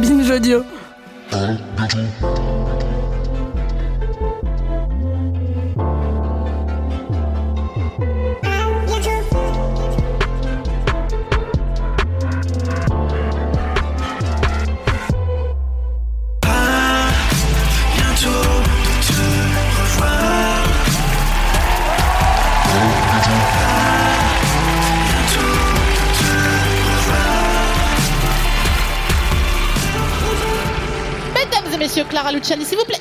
Binge audio. Mesdames et messieurs, Clara Luciani, s'il vous plaît.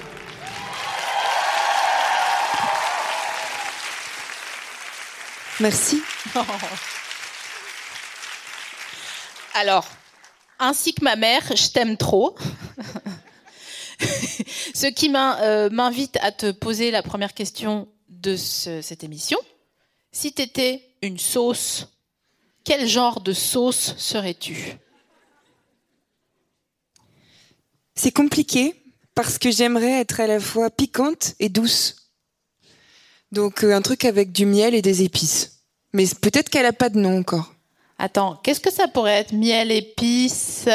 Merci. Alors, ainsi que ma mère, je t'aime trop. Ce qui m'in- euh, m'invite à te poser la première question de ce- cette émission. Si tu étais une sauce, quel genre de sauce serais-tu C'est compliqué parce que j'aimerais être à la fois piquante et douce. Donc euh, un truc avec du miel et des épices. Mais c- peut-être qu'elle a pas de nom encore. Attends, qu'est-ce que ça pourrait être Miel, épices, euh,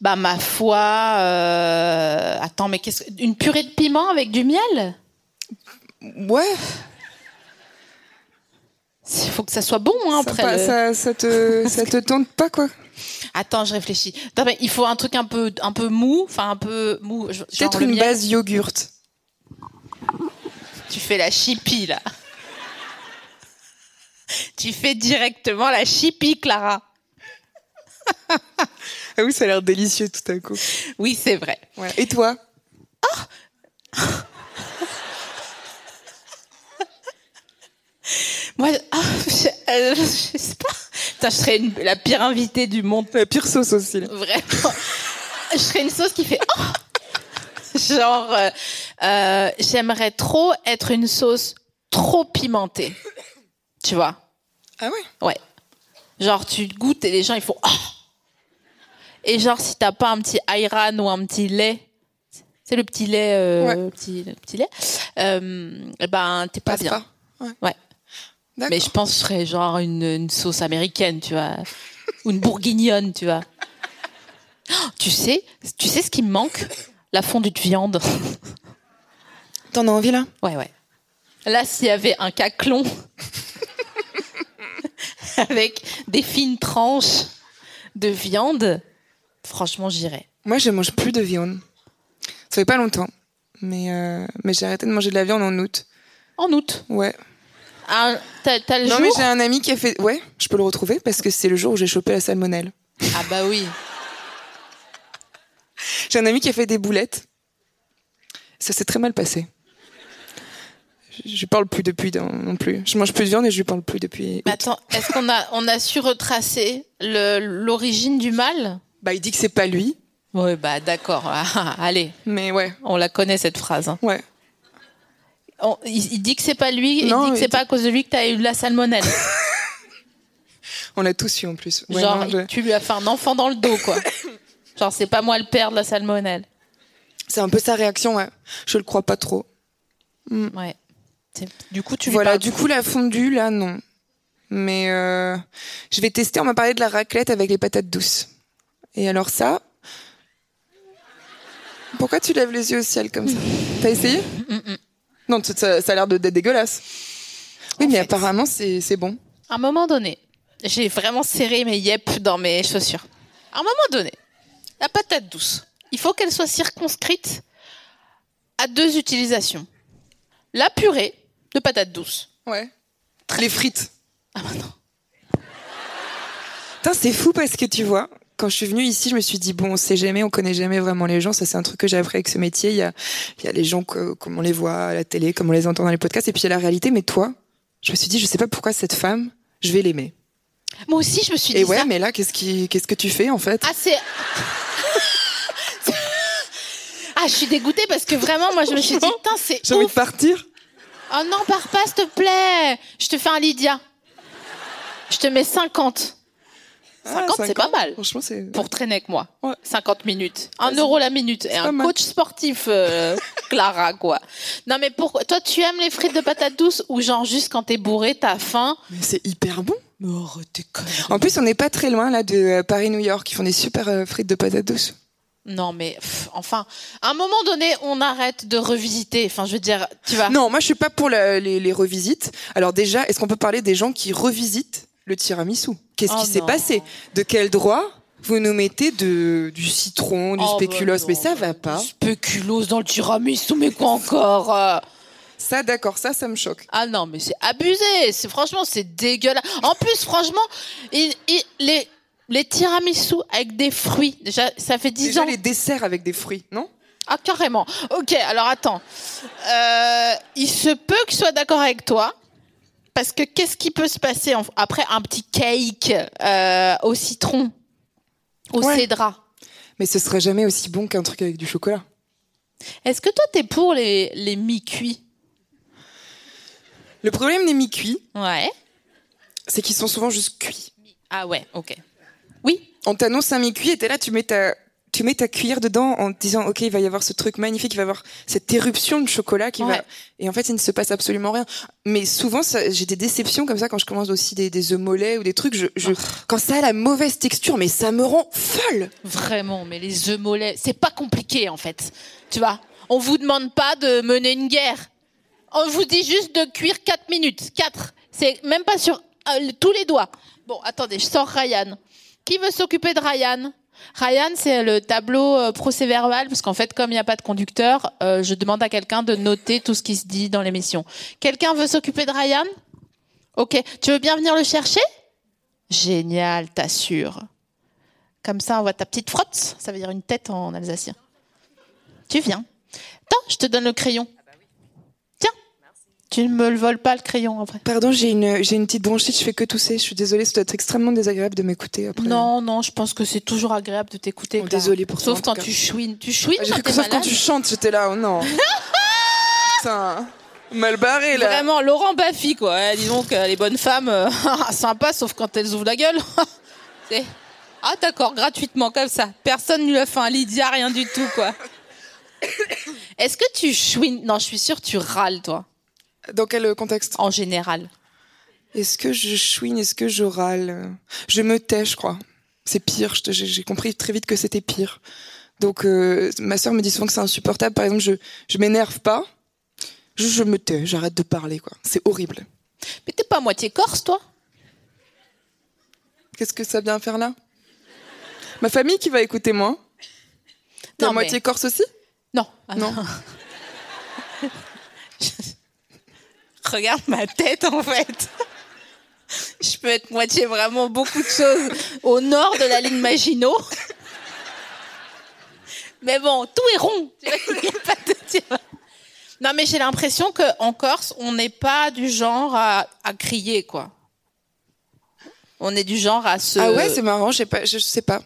bah ma foi. euh, Attends, mais qu'est-ce une purée de piment avec du miel Ouais, Il faut que ça soit bon hein, ça, après. pas- le- ça, ça te ça te tente pas quoi Attends, je réfléchis. Non, mais il faut un truc un peu un peu mou, enfin un peu mou. je- genre Peut-être le une miel. base yogourt. Tu fais la chipie là. tu fais directement la chipie, Clara. Ah oui, ça a l'air délicieux tout à coup. Oui, c'est vrai. Ouais. Et toi Moi, ah, je, euh, je sais pas. Putain, je serais une- la pire invitée du monde. La pire sauce aussi. là. Vraiment. Je serais une sauce qui fait. Oh Genre, euh, euh, j'aimerais trop être une sauce trop pimentée. Tu vois Ah ouais Ouais. Genre, tu goûtes et les gens, ils font. Oh et genre, si t'as pas un petit ayran ou un petit lait, c'est le petit lait, euh, Ouais. le petit, le petit lait, euh, eh ben, t'es pas Passe bien. pas. Ouais. Ouais. D'accord. Mais je pense que je serais genre une, une sauce américaine, tu vois. Ou une bourguignonne, tu vois. Oh, Tu sais, tu sais ce qui me manque La fondue de viande. T'en as envie là Ouais, ouais. Là, s'il y avait un caclon avec des fines tranches de viande, franchement, j'irais. Moi, je mange plus de viande. Ça fait pas longtemps, mais euh, mais j'ai arrêté de manger de la viande en août. En août. Ouais. Ah, T'as t'as le Non mais jour j'ai un ami qui a fait. Ouais, je peux le retrouver parce que c'est le jour où j'ai chopé la salmonelle. Ah bah oui. J'ai un ami qui a fait des boulettes. Ça s'est très mal passé. Je- Je lui parle plus depuis non, non plus. Je mange plus de viande et je lui parle plus depuis. Mais août. attends, est-ce qu'on a, on a su retracer le- l'origine du mal Bah, il dit que c'est pas lui, Oui, bah d'accord. Ah, allez, mais ouais, on la connaît cette phrase. hein. ouais. On- il, il dit que c'est pas lui, il Non, dit que il c'est dit- pas à cause de lui que t'as eu de la salmonelle. On l'a tous eu en plus. Ouais, Genre, non, je- tu lui as fait un enfant dans le dos, quoi. Genre, c'est pas moi le père de la salmonelle. C'est un peu sa réaction. Ouais. Je le crois pas trop. Ouais. C'est- Du coup, tu lui voilà, parles- Mm. du coup, la fondue, là, non. Mais euh, je vais tester. On m'a parlé de la raclette avec les patates douces. Et alors, ça. Pourquoi tu lèves les yeux au ciel comme ça T'as essayé Mm, Non, tu- ça, ça a l'air de- d'être dégueulasse. Oui, En mais fait. apparemment, c'est c'est bon. À un moment donné, j'ai vraiment serré mes yep dans mes chaussures. À un moment donné, la patate douce, il faut qu'elle soit circonscrite à deux utilisations. La purée de patate douce. Ouais. Les frites. Ah bah non. Putain, c'est fou parce que tu vois, quand je suis venue ici, je me suis dit, bon, on sait jamais, on connaît jamais vraiment les gens. Ça, c'est un truc que j'ai appris avec ce métier. Il y a, il y a les gens, que- comme on les voit à la télé, comme on les entend dans les podcasts, et puis il y a la réalité. Mais toi, Je me suis dit, je sais pas pourquoi cette femme, je vais l'aimer. Moi aussi, je me suis dit Et ouais, ça. mais là, qu'est-ce qui, qu'est-ce que tu fais en fait Ah, c'est. ah, je suis dégoûtée parce que vraiment, moi, je me suis dit, putain, c'est J'ai envie de ouf. partir. Oh non, pars pas, s'il te plaît. Je te fais un Lydia. Je te mets 50 Ah, 50, c'est pas mal. Franchement, c'est. pour traîner avec moi. Ouais. 50 minutes. Un Ouais, euro la minute. Et pas un mal. coach sportif, euh, Clara, quoi. Non, mais pourquoi Toi, tu aimes les frites de patates douces ou genre juste quand t'es bourré, t'as faim Mais c'est hyper bon. Mais arrête tes conneries. En plus, on n'est pas très loin là de euh, Paris-New York. Ils font des super euh, frites de patates douces. Non, mais pff, enfin, à un moment donné, on arrête de revisiter. Enfin, je veux dire, tu vas. Non, moi, je suis pas pour la- les, les revisites. Alors déjà, est-ce qu'on peut parler des gens qui revisitent le tiramisu Qu'est-ce Oh qui s'est non. passé De quel droit vous nous mettez de, du citron, du Oh, spéculoos bah Mais non, ça bah, va pas. du Spéculoos dans le tiramisu, mais quoi encore euh Ça, d'accord, ça, ça me choque. Ah non, mais c'est abusé. C'est franchement, c'est dégueulasse. En plus, franchement, il- il- les les tiramisu avec des fruits. Déjà, ça fait 10 Déjà ans. les desserts avec des fruits, non Ah carrément. Ok, alors attends. Euh, il se peut que je sois d'accord avec toi. Parce que qu'est-ce qui peut se passer en- après un petit cake euh, au citron, au Ouais. cédra Mais ce serait jamais aussi bon qu'un truc avec du chocolat. Est-ce que toi, t'es pour les, les mi-cuits Le problème des mi-cuits, Ouais. c'est qu'ils sont souvent juste cuits. Ah ouais, ok. Oui. On t'annonce un mi-cuit et t'es là, tu mets ta tu mets ta cuillère dedans en te disant ok il va y avoir ce truc magnifique il va y avoir cette éruption de chocolat qui Ouais. va et en fait il ne se passe absolument rien mais souvent ça- j'ai des déceptions comme ça quand je commence aussi des, des œufs mollets ou des trucs je, je- quand ça a la mauvaise texture mais ça me rend folle Vraiment, mais les œufs mollets, c'est pas compliqué en fait. Tu vois, on vous demande pas de mener une guerre. On vous dit juste de cuire 4 minutes. 4. C'est même pas sur euh, le- tous les doigts. Bon, attendez, je sors Ryan. Qui veut s'occuper de Ryan Ryan, c'est le tableau euh, procès-verbal, parce qu'en fait, comme il n'y a pas de conducteur, euh, je demande à quelqu'un de noter tout ce qui se dit dans l'émission. Quelqu'un veut s'occuper de Ryan Ok, tu veux bien venir le chercher Génial, t'assures. Comme ça, on voit ta petite frotte. Ça veut dire une tête en alsacien. Tu viens. Attends, je te donne le crayon. Tiens. Tu ne me le voles pas, le crayon, en vrai. pardon j'ai une j'ai une petite bronchite je fais que tousser je suis désolée ça doit être extrêmement désagréable de m'écouter après Non, non, je pense que c'est toujours agréable de t'écouter. Bon, Clara. désolée Oh, pour toi, Sauf en quand tout cas. tu chouines. Tu chouines Ah, j'ai quand cru que t'es sauf quand malade. tu chantes j'étais là oh non Putain, mal barré là Vraiment, Laurent Baffy, quoi. Eh, dis donc, euh, les bonnes femmes, euh, sympa, sauf quand elles ouvrent la gueule. C'est- ah, d'accord, gratuitement, comme ça. Personne ne lui a fait un Lydia, rien du tout, quoi. Est-ce que tu chouines Non, je suis sûre que tu râles, toi, dans quel contexte en général. Est-ce que je chouine Est-ce que je râle Je me tais, je crois. C'est pire. je te- J'ai j'ai compris très vite que c'était pire. Donc, euh, ma sœur me dit souvent que c'est insupportable. Par exemple, je, je m'énerve pas. Je, je me tais, j'arrête de parler, quoi. C'est horrible. Mais t'es pas à moitié corse, toi Qu'est-ce que ça vient faire là Ma famille qui va écouter moi. T'es Non, à moitié mais- corse aussi Non. Ah Non. Regarde ma tête, en fait. Je peux être moitié vraiment beaucoup de choses au nord de la ligne Maginot. Mais bon, tout est rond. Tu vois, il n'y a pas de- tu vois. Non, mais j'ai l'impression qu'en Corse, on n'est pas du genre à, à crier, quoi. On est du genre à se. Ah ouais, c'est marrant. j'ai pas- Je je sais pas.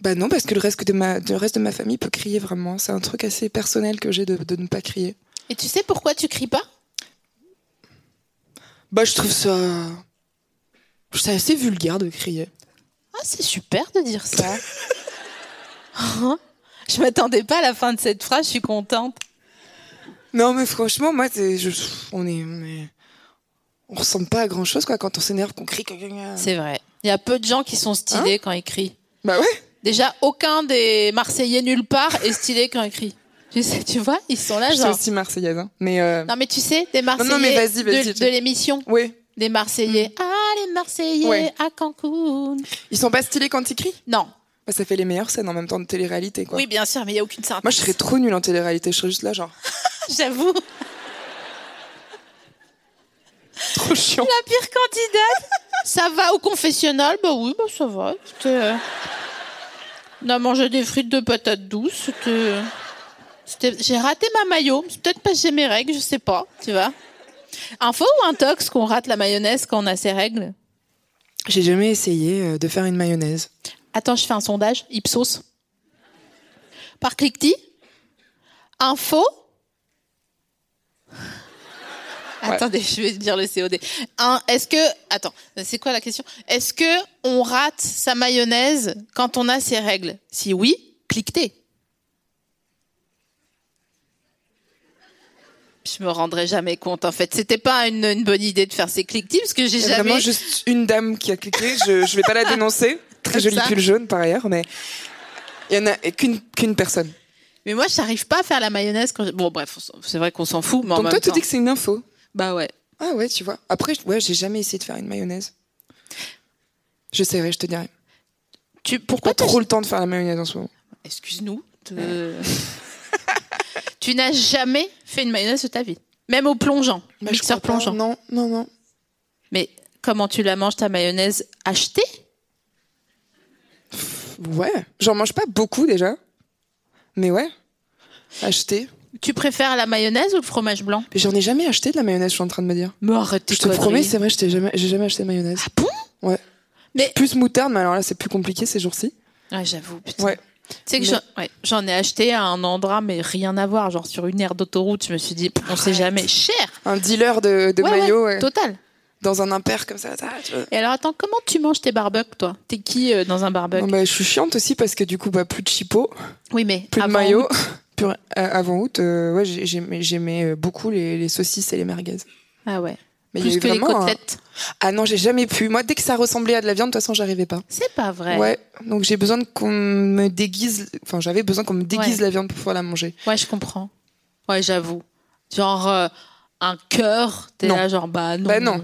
Bah non, parce que le reste de ma, le reste de ma famille peut crier vraiment. C'est un truc assez personnel que j'ai de- de ne pas crier. Et tu sais pourquoi tu cries pas Bah, je trouve ça. je trouve ça assez vulgaire de crier. Ah, c'est super de dire ça. Hein je m'attendais pas à la fin de cette phrase, je suis contente. Non, mais franchement, moi, c'est- je, on est, on est- on ressemble pas à grand chose, quoi, quand on s'énerve, qu'on crie. qu'on- C'est vrai. Il y a peu de gens qui sont stylés quand ils crient. Bah ouais. Déjà, aucun des Marseillais nulle part est stylé quand ils crient. Tu sais, tu vois, ils sont là Je suis Ah, genre. aussi marseillaise, hein. Mais, euh, Non mais tu sais, des non, Marseillais mais vas-y, vas-y, de, tu- de l'émission, oui. des Marseillais. Ah les Marseillais Ouais. à Cancun. Ils sont pas stylés quand ils crient. Non. Bah, ça fait les meilleures scènes en même temps de télé-réalité, quoi. Oui bien sûr, mais il y a aucune synthèse. Moi, je serais trop nulle en télé-réalité. Je serais juste là, genre, J'avoue. trop chiant. La pire candidate. Ça va au confessionnal Bah oui, bah ça va. C'était, euh, On a mangé des frites de patates douces. C'était, euh, c'était- J'ai raté ma maillot. C'est peut-être parce que j'ai mes règles, je sais pas. Tu vois Un faux ou un tox qu'on rate la mayonnaise quand on a ses règles J'ai jamais essayé euh, de faire une mayonnaise. Attends, je fais un sondage. Ipsos. Par cliquetis Un faux Attendez, je vais dire le COD. Un, est-ce que, attends, c'est quoi la question Est-ce que on rate sa mayonnaise quand on a ses règles Si oui, cliquez. Je me rendrai jamais compte en fait. C'était pas une, une bonne idée de faire ces cliquetis parce que j'ai Il y a vraiment jamais. juste une dame qui a cliqué. Je, je vais pas la dénoncer. Très joli ça. pull jaune par ailleurs, mais il y en a qu'une qu'une personne. Mais moi, j'arrive pas à faire la mayonnaise quand. je- Bon, bref, on s'en- c'est vrai qu'on s'en fout, mais en Donc même toi, tu temps- dis que c'est une info. Bah ouais. Ah ouais, tu vois. Après, je- ouais, j'ai jamais essayé de faire une mayonnaise. J'essaierai, je te dirai. Tu Pas pourquoi t'as- trop le temps de faire la mayonnaise en ce moment. Excuse-nous. de- tu n'as jamais fait une mayonnaise de ta vie, même au plongeant, Bah, je mixeur crois pas. plongeant. Non, non, non. Mais comment tu la manges ta mayonnaise achetée Ouais. J'en mange pas beaucoup déjà. Mais ouais. Acheter. Tu préfères la mayonnaise ou le fromage blanc Mais j'en ai jamais acheté de la mayonnaise, je suis en train de me dire. Mais arrête tes Je te conneries. promets, c'est vrai, je t'ai jamais- j'ai jamais acheté de mayonnaise. Ah bon Ouais. Mais- Plus moutarde, mais alors là, c'est plus compliqué ces jours-ci. Ouais, j'avoue. putain. Ouais. Tu sais que Mais- j'en- ouais, j'en ai acheté à un endroit, mais rien à voir, genre sur une aire d'autoroute. Je me suis dit, on sait Arrête. jamais. Cher. Un dealer de, de Ouais, ouais, maillots ouais, Total. dans un impair comme ça. ça, tu vois. Et alors attends, comment tu manges tes barbecues, toi T'es qui euh, dans un barbecue Non, bah, je suis chiante aussi parce que du coup, bah, plus de chipot, Oui, mais plus avant de maillot. Plus rien. Euh, avant août, euh, ouais, j'ai- j'aimais j'aimais, euh, beaucoup les, les saucisses et les merguez. Ah ouais. Mais il y a Plus eu que les vraiment un- côtelettes. Ah non, j'ai jamais pu. Moi, dès que ça ressemblait à de la viande, de toute façon, j'arrivais pas. C'est pas vrai. Ouais. Donc j'ai besoin qu'on me déguise. Enfin, j'avais besoin qu'on me déguise Ouais. la viande pour pouvoir la manger. Ouais, je comprends. Ouais, j'avoue. Genre euh, un cœur, t'es Non. là genre bah non. Oh Bah non.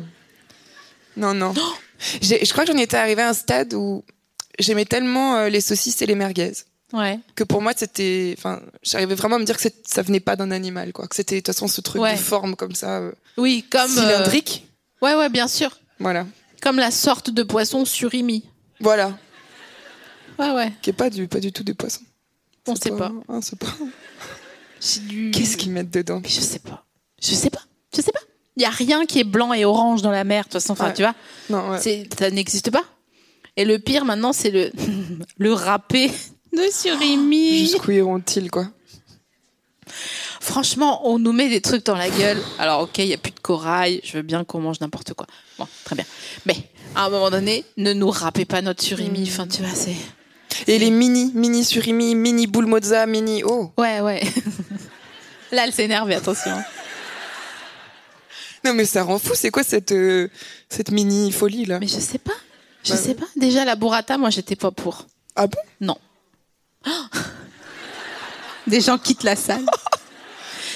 Non, non. J'ai- je crois que j'en étais arrivée à un stade où j'aimais tellement euh, les saucisses et les merguez Ouais. que pour moi c'était. Enfin, j'arrivais vraiment à me dire que c'est- ça venait pas d'un animal, quoi. Que c'était de toute façon ce truc Ouais. de forme comme ça, euh, Oui, comme euh, cylindrique. Ouais, ouais, bien sûr. Voilà, Comme la sorte de poisson surimi. voilà, Ouais, ouais. qui est pas du pas du tout des poissons. On C'est sait pas. hein, c'est pas- C'est du- Qu'est-ce qu'ils mettent dedans Mais Je sais pas. Je sais pas. Je sais pas. Il y a rien qui est blanc et orange dans la mer, de toute façon. Enfin, Ouais. tu vois, Non, ouais. c'est- ça n'existe pas. Et le pire maintenant, c'est le le râpé de surimi. Jusqu'où iront-ils, quoi Franchement, on nous met des trucs dans la gueule. Alors, ok, il n'y a plus de corail, je veux bien qu'on mange n'importe quoi. Bon, très bien. Mais à un moment donné, ne nous rappez pas notre surimi. Mm. Enfin, tu vois, c'est. Et les mini, mini surimi, mini boule mozza, mini. Oh Ouais, ouais. Là, elle s'est énervée, attention. Non, mais ça rend fou, c'est quoi cette, euh, cette mini folie là Mais je sais pas. Je Bah, sais pas. Déjà, la burrata, moi, j'étais pas pour. Ah bon Non. Ah Des gens quittent la salle.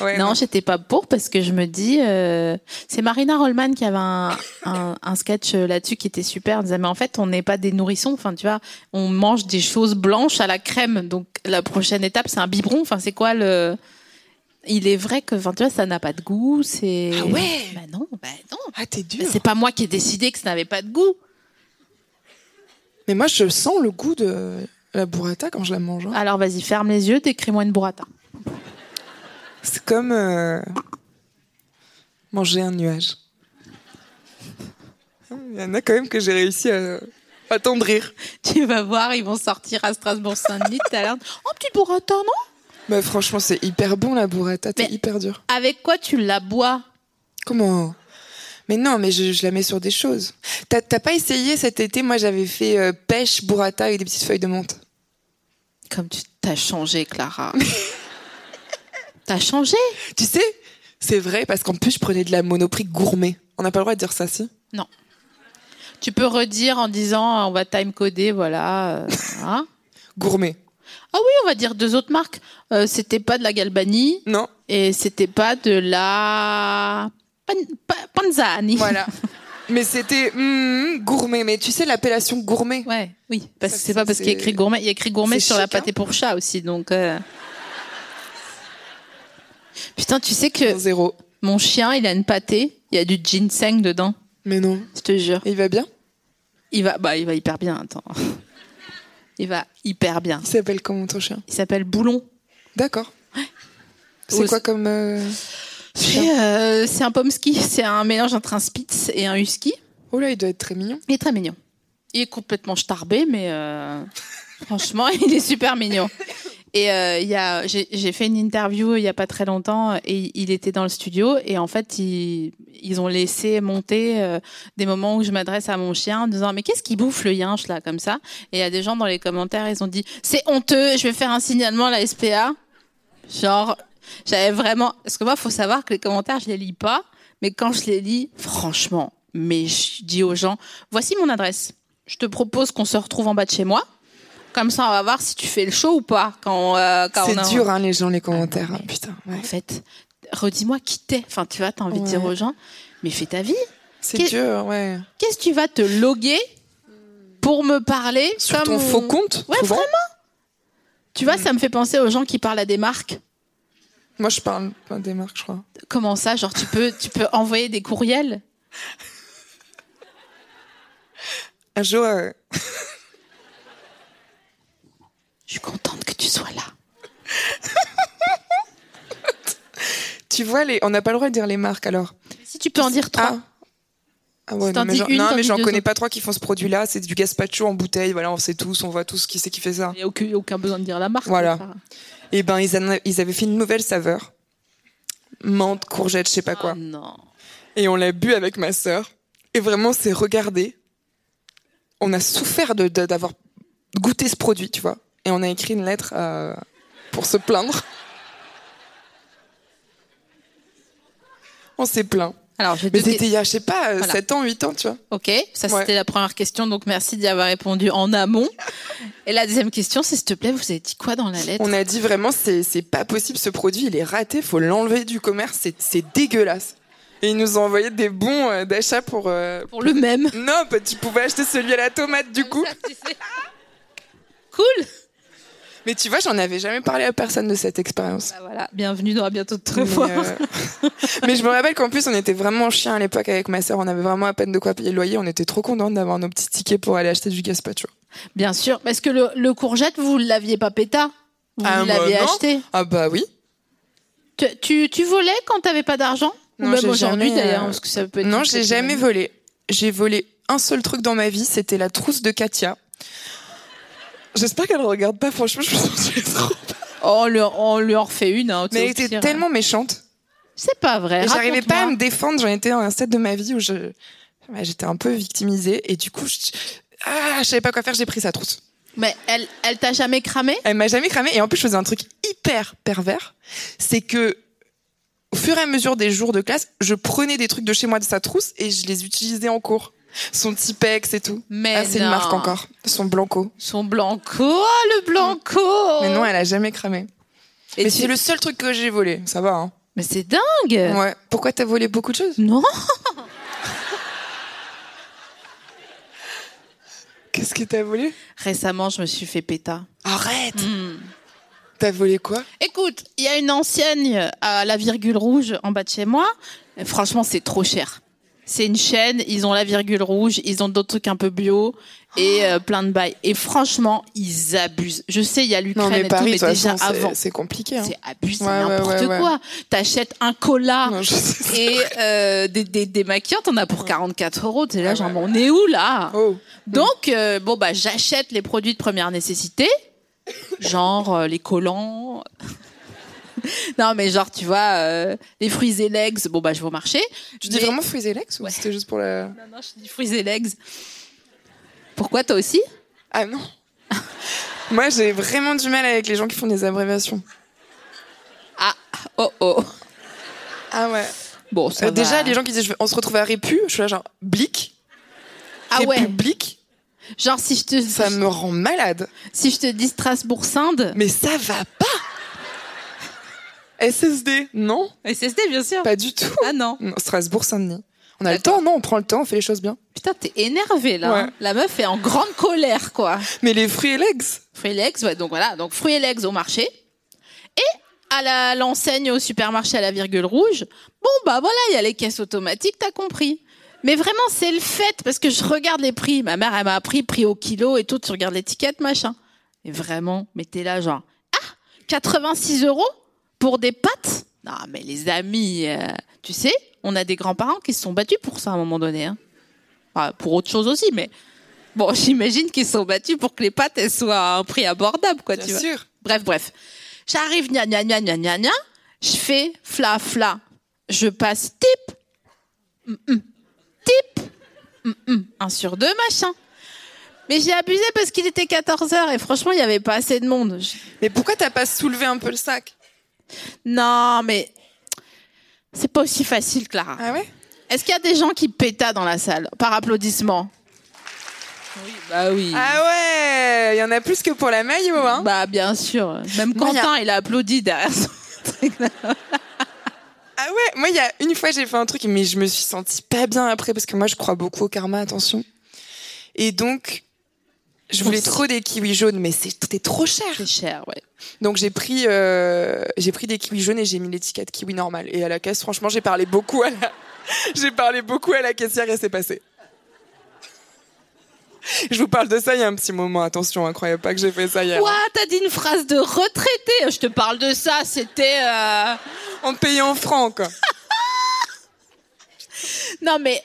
Ouais, non, j'étais pas pour parce que je me dis, euh, c'est Marina Rollman qui avait un, un, un sketch euh, là-dessus qui était super. Elle disait, mais en fait, on n'est pas des nourrissons. Enfin, tu vois, on mange des choses blanches à la crème. Donc, la prochaine étape, c'est un biberon. Enfin, c'est quoi le. Il est vrai que, enfin, tu vois, ça n'a pas de goût. C'est. Ah ouais Bah non, bah non. Ah, t'es Bah, dur. c'est pas moi qui ai décidé que ça n'avait pas de goût. Mais moi, je sens le goût de la burrata quand je la mange. hein. Alors, vas-y, ferme les yeux, décris-moi une burrata. C'est comme euh, manger un nuage. Il y en a quand même que j'ai réussi à attendrir. Tu vas voir, ils vont sortir à Strasbourg-Saint-Denis tout à l'heure. Oh, petite burrata, non Mais franchement, c'est hyper bon la burrata, t'es Mais- hyper dur. Avec quoi tu la bois Comment hein Mais non, mais je, je la mets sur des choses. T'as t'as pas essayé cet été Moi, j'avais fait euh, pêche burrata avec des petites feuilles de menthe. Comme tu t'as changé, Clara. t'as changé Tu sais, c'est vrai parce qu'en plus je prenais de la monoprix gourmet. On n'a pas le droit de dire ça, si Tu peux redire en disant euh, on va time coder, voilà. euh, hein. Gourmet. ah oui, on va dire deux autres marques. Euh, c'était pas de la Galbani Non et c'était pas de la Pan- Pa- Panzani. Voilà. Mais c'était hum, gourmet. Mais tu sais l'appellation gourmet Ouais, oui, parce que Ça, c'est pas parce qu'il y a c'est- écrit gourmet, il y a écrit gourmet c'est sur la chic, hein. pâté pour chat aussi, donc. euh. Putain, tu sais que Zéro. mon chien, il a une pâté, il y a du ginseng dedans, Mais non. je te jure. Et il va bien Il va, bah, il va hyper bien, attends. Il va hyper bien. Il s'appelle comment ton chien Il s'appelle Boulon. D'accord. C'est Ose- quoi comme euh, C'est euh, c'est un pomski, c'est un mélange entre un spitz et un husky. Oh là, il doit être très mignon. Il est très mignon. Il est complètement starbé, mais euh, franchement, il est super mignon. Et euh, il y a, j'ai j'ai fait une interview il y a pas très longtemps et il était dans le studio et en fait ils, ils ont laissé monter euh, des moments où je m'adresse à mon chien en disant mais qu'est-ce qu'il bouffe le yinche là comme ça et il y a des gens dans les commentaires ils ont dit c'est honteux je vais faire un signalement à la SPA genre j'avais vraiment parce que moi faut savoir que les commentaires je les lis pas mais quand je les lis franchement mais je dis aux gens voici mon adresse je te propose qu'on se retrouve en bas de chez moi comme ça, on va voir si tu fais le show ou pas. Quand, euh, quand C'est on a- Ah, dur, hein, les gens, les commentaires. mais- hein, putain, ouais. en fait, redis-moi qui t'es. Enfin, tu vois, t'as envie de Ouais. dire aux gens, mais fais ta vie. C'est Qu'est- dur, ouais. Qu'est-ce que tu vas te loguer pour me parler Sur comme ton faux compte, Mm. Ouais, souvent. Tu vois, ça me fait penser aux gens qui parlent à des marques. Moi, je parle pas des marques, je crois. Comment ça Genre, tu peux, tu peux envoyer des courriels Un jour, euh, Je suis contente que tu sois là. tu vois, les... on n'a pas le droit de dire les marques, alors. Si tu peux en dire trois. Ah. Ah ouais, Si non, t'en mais dis j'en- une, non, t'en mais dis j'en deux connais autres. pas trois qui font ce produit-là. C'est du gazpacho en bouteille. Voilà, on sait tous, on voit tous qui c'est qui fait ça. Il n'y a aucun, aucun besoin de dire la marque. Ah. Voilà. Enfin, Et ben, ils, en- ils avaient fait une nouvelle saveur. Menthe, courgette, je sais pas quoi. ah non. Et on l'a bu avec ma sœur. Et vraiment, c'est regardé. On a souffert de- de- d'avoir goûté ce produit, tu vois. Et on a écrit une lettre euh, pour se plaindre. On s'est plaint. Alors, j'ai Mais deux- c'était il y a, je sais pas, Voilà. 7 ans, 8 ans, tu vois. Ok, ça Ouais. c'était la première question, donc merci d'y avoir répondu en amont. Et la deuxième question, c'est s'il te plaît, vous avez dit quoi dans la lettre On a dit vraiment, c'est c'est pas possible, ce produit, il est raté, faut l'enlever du commerce, c'est- c'est dégueulasse. Et ils nous ont envoyé des bons euh, d'achat pour. euh, Pour le même. Non, bah, tu pouvais acheter celui à la tomate du coup. Cool Mais tu vois, j'en avais jamais parlé à personne de cette expérience. Bah voilà, bienvenue dans à bientôt de te Mais, revoir. euh, mais je me rappelle qu'en plus, on était vraiment chiens à l'époque avec ma sœur. On avait vraiment à peine de quoi payer le loyer. On était trop contentes d'avoir nos petits tickets pour aller acheter du gazpacho. Bien sûr, parce que le, le courgette, vous l'aviez pas péta. Vous Ah, l'aviez bah non. acheté. Ah bah oui. Tu, tu, tu volais quand t'avais pas d'argent Ou Non, même j'ai aujourd'hui jamais, d'ailleurs, euh, parce que ça peut être Non, une j'ai petite jamais économie. volé. J'ai volé un seul truc dans ma vie, c'était la trousse de Katia. J'espère qu'elle regarde pas, franchement, je me sentirais trop. Oh, on, lui, on lui en refait une. hein, tu Mais sais, elle au était pire. tellement méchante. C'est pas vrai. Et j'arrivais pas à me raconte-moi. défendre. J'en étais dans un stade de ma vie où je, ouais, j'étais un peu victimisée. Et du coup, je, ah, je savais pas quoi faire. J'ai pris sa trousse. Mais elle, elle t'a jamais cramé Elle m'a jamais cramé. Et en plus, je faisais un truc hyper pervers. C'est que, au fur et à mesure des jours de classe, je prenais des trucs de chez moi de sa trousse et je les utilisais en cours. Son Tipex et tout. Mais Ah, c'est une non. marque encore. Son Blanco. Son blanco, oh, le blanco Mais non, elle a jamais cramé. Oh. Et Mais tu- Euh. c'est le seul truc que j'ai volé. Ça va, hein. Mais c'est dingue Ouais. Pourquoi t'as volé beaucoup de choses? Non Qu'est-ce que t'as volé? Récemment, je me suis fait péta. Arrête! Hmm. T'as volé quoi? Écoute, il y a une enseigne à la virgule rouge en bas de chez moi. Et Franchement, c'est trop cher. C'est une chaîne, ils ont la virgule rouge, ils ont d'autres trucs un peu bio et euh, plein de bails. Et franchement, ils abusent. Je sais, il y a l'Ukraine Non, mais et Paris, de tout, toute mais déjà façon, c'est- avant, c'est compliqué. Hein. c'est abusé, Ouais, ouais, n'importe ouais, ouais. quoi. T'achètes un cola Non, je sais. et euh, des, des, des maquillantes, on a pour 44 euros. T'es là, Ouais, genre, ouais, mais on est où là Oh. donc, euh, bon, bah, j'achète les produits de première nécessité, genre euh, les collants. non, mais genre, tu vois, euh, les fruits et legs, bon, bah, je vais au marché. Tu dis Mais- vraiment Fruits et Lex ou Ouais. c'était juste pour la. Non, non, je dis fruits et legs. Pourquoi toi aussi Ah non Moi, j'ai vraiment du mal avec les gens qui font des abréviations. Ah, oh, oh. Ah ouais. Bon, ça va. Euh, déjà, les gens qui disent je- on se retrouve à Répu, je suis là genre Blic. Ah Répu, ouais, Blic, genre, si je te, ça me rend malade. si je te dis Strasbourg-Sinde, Mais ça va pas SSD Non, SSD, bien sûr. pas du tout. Ah non. Non, Strasbourg, Saint-Denis. On a le D'accord. temps, non On prend le temps, on fait les choses bien. Putain, t'es énervé là. Ouais. hein. La meuf est en grande colère, quoi. Mais les fruits et legs Fruits et legs, ouais, donc voilà, donc fruits et legs au marché. Et à la- l'enseigne au supermarché à la virgule rouge, bon bah voilà, il y a les caisses automatiques, t'as compris. Mais vraiment, c'est le fait, parce que je regarde les prix. Ma mère, elle m'a appris, prix au kilo et tout, tu regardes l'étiquette, machin. Et vraiment, mais t'es là genre, ah, 86 euros pour des pâtes Non, mais les amis, euh, tu sais, on a des grands-parents qui se sont battus pour ça à un moment donné. hein. Enfin, pour autre chose aussi, mais bon, j'imagine qu'ils se sont battus pour que les pâtes elles soient à un prix abordable, quoi. Bien tu vois. sûr. Bref, bref. J'arrive, gna gna gna gna gna gna. Je fais fla fla. Je passe tip. Mm, mm. Tip. Mm, mm. Un sur deux, machin. Mais j'ai abusé parce qu'il était 14h et franchement, il n'y avait pas assez de monde. Je- Mais pourquoi t'as pas soulevé un peu le sac Non, mais c'est pas aussi facile, Clara. Ah ouais Est-ce qu'il y a des gens qui pétaient dans la salle par applaudissement Oui, bah oui. Ah ouais Il y en a plus que pour la maillot, hein Bah bien sûr. Même Moi, y a- Quentin, il a applaudi derrière son truc. là. Ah ouais, moi il y a une fois j'ai fait un truc mais je me suis sentie pas bien après parce que moi je crois beaucoup au karma, attention. Et donc je voulais Ouf. trop des kiwis jaunes mais c'est- c'était trop cher. C'est cher, ouais. Donc j'ai pris euh, j'ai pris des kiwis jaunes et j'ai mis l'étiquette kiwi normal et à la caisse franchement j'ai parlé beaucoup à la j'ai parlé beaucoup à la caissière et c'est passé. Je vous parle de ça il y a un petit moment, attention, hein, croyez pas que j'ai fait ça hier. hein. Quoi T'as dit une phrase de retraité Je te parle de ça, c'était... euh, En payant en francs quoi. Non mais...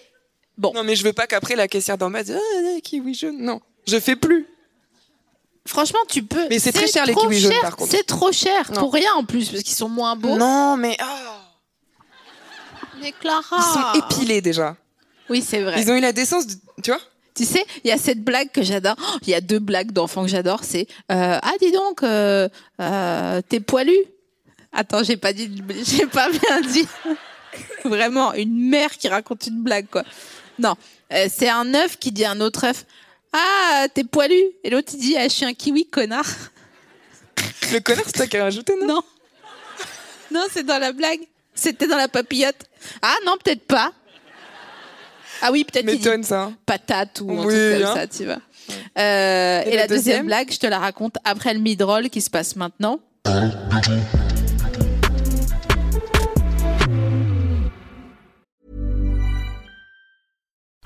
Non mais je veux pas qu'après la caissière d'en bas dise ah, kiwi jaune. Non, je fais plus. Franchement, tu peux. Mais c'est très cher, les trop kiwis jaunes, cher, par contre. C'est trop cher. Non. Pour rien, en plus, parce qu'ils sont moins beaux. Non mais oh. Mais Clara. Ils sont épilés déjà. Oui, c'est vrai. Ils ont eu la décence, de- tu vois Tu sais, il y a cette blague que j'adore. Oh, Il y a deux blagues d'enfants que j'adore. C'est euh, ah dis donc, euh, euh, t'es poilu. Attends, j'ai pas dit, j'ai pas bien dit. Vraiment, une mère qui raconte une blague quoi. Non, euh, c'est un œuf qui dit à un autre œuf. Ah, t'es poilu. Et l'autre il dit ah, je suis un kiwi connard. Le connard, c'est toi qui as rajouté, non, Non, non, c'est dans la blague. C'était dans la papillote. Ah non, peut-être pas. Ah oui, peut-être. qu'il dit M'étonne ça. hein. patate ou un Oui, truc comme hein. ça, tu vois. Euh, et, Et la la deuxième, deuxième blague, je te la raconte après le mid-roll qui se passe maintenant.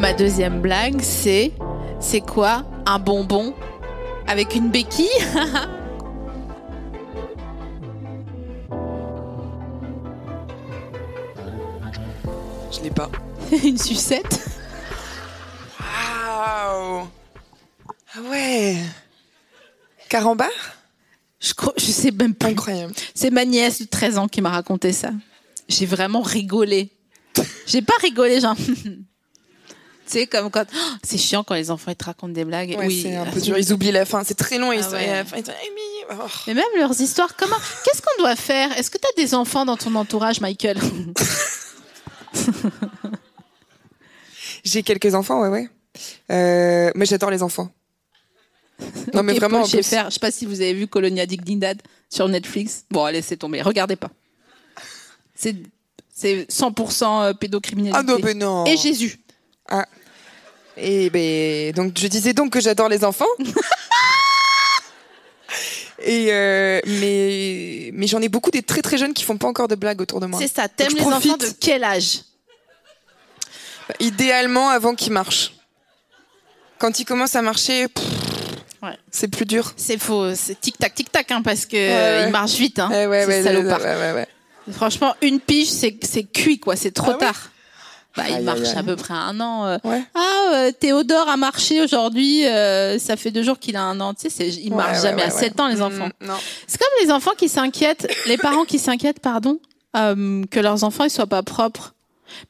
Ma deuxième blague, c'est c'est quoi un bonbon avec une béquille Je l'ai pas. Une sucette Waouh Ah ouais Carambar je, crois- je sais même pas. Incroyable. C'est ma nièce de 13 ans qui m'a raconté ça. J'ai vraiment rigolé. J'ai pas rigolé, genre. tu sais, comme quand. Oh, c'est chiant quand les enfants ils te racontent des blagues. Ouais, oui, c'est un ah, peu dur. Ils oublient la fin. C'est très long. Ils Ah sont- ouais. et à la fin, ils sont, Amy, oh. Mais même leurs histoires, comment Qu'est-ce qu'on doit faire Est-ce que tu as des enfants dans ton entourage, Michael J'ai quelques enfants, ouais, ouais. Euh, mais j'adore les enfants. Non, mais Et vraiment. Paul en plus- Schaeffer, je sais pas si vous avez vu Colonia Dignidad sur Netflix. Bon, allez, c'est tombé. Regardez pas. C'est c'est 100% euh, pédocriminalité. Ah non, mais non. Et Jésus. Et ben, donc je disais donc que j'adore les enfants. Et euh, mais mais j'en ai beaucoup des très très jeunes qui font pas encore de blagues autour de moi. C'est ça. T'aimes Donc, les je enfants de profite. quel âge Idéalement avant qu'ils marchent. Quand ils commencent à marcher, pff, Ouais. c'est plus dur. C'est faux. C'est tic tac tic tac, hein, parce que ouais. euh, ils marchent vite. Hein, Eh ouais, ces ouais, salopards. ouais, ouais, ouais. Franchement, une pige, c'est c'est cuit, quoi. C'est trop Ah oui tard. Bah, Aïe, ils aïe, marchent aïe. à peu près un an. euh, Ouais. Ah, euh, Théodore a marché aujourd'hui. euh, ça fait deux jours qu'il a un an. Tu sais, c'est- ils Ouais, marchent ouais, jamais ouais, à ouais. 7 ans, les enfants. Mm, non. C'est comme les enfants qui s'inquiètent, les parents qui s'inquiètent, pardon, euh, que leurs enfants ils soient pas propres.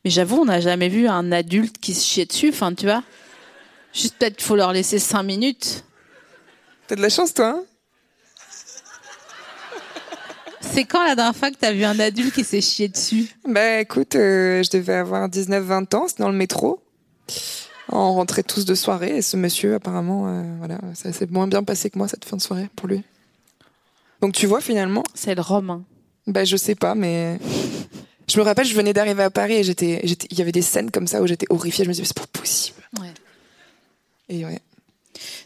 Mais j'avoue, on n'a jamais vu un adulte qui se chiait dessus. Enfin, tu vois. Juste peut-être faut leur laisser cinq minutes. T'as de la chance toi. hein C'est quand la dernière fois que t'as vu un adulte qui s'est chié dessus bah écoute, euh, je devais avoir 19-20 ans, c'est dans le métro. On rentrait tous de soirée et ce monsieur, apparemment, euh, voilà, ça s'est moins bien passé que moi cette fin de soirée pour lui. Donc tu vois finalement, C'est le romain. bah je sais pas, mais je me rappelle, je venais d'arriver à Paris et j'étais, j'étais- il y avait des scènes comme ça où j'étais horrifiée. Je me disais, c'est pas possible. Ouais. Et ouais.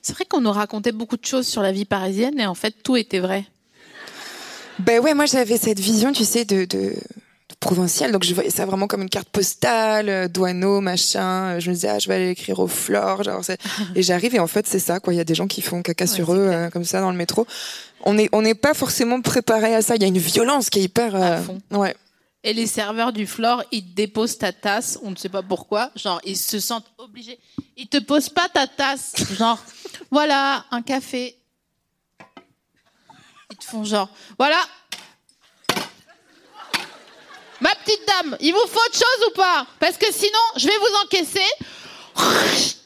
C'est vrai qu'on nous racontait beaucoup de choses sur la vie parisienne et en fait tout était vrai. Ben ouais, moi j'avais cette vision, tu sais, de, de, de provinciale. Donc je voyais ça vraiment comme une carte postale, euh, douaneau, machin. Euh, Je me disais, ah, je vais aller écrire aux fleurs. Genre, c'est- et j'arrive et en fait, c'est ça, quoi. Il y a des gens qui font caca Ouais, sur c'est eux, euh, comme ça, dans le métro. On n'est on n'est pas forcément préparé à ça. Il y a une violence qui est hyper. euh, fond. Ouais. Et les serveurs du floor, ils te déposent ta tasse, on ne sait pas pourquoi, genre ils se sentent obligés. Ils te posent pas ta tasse, genre voilà, un café. Ils te font genre voilà. Ma petite dame, il vous faut autre chose ou pas Parce que sinon, je vais vous encaisser.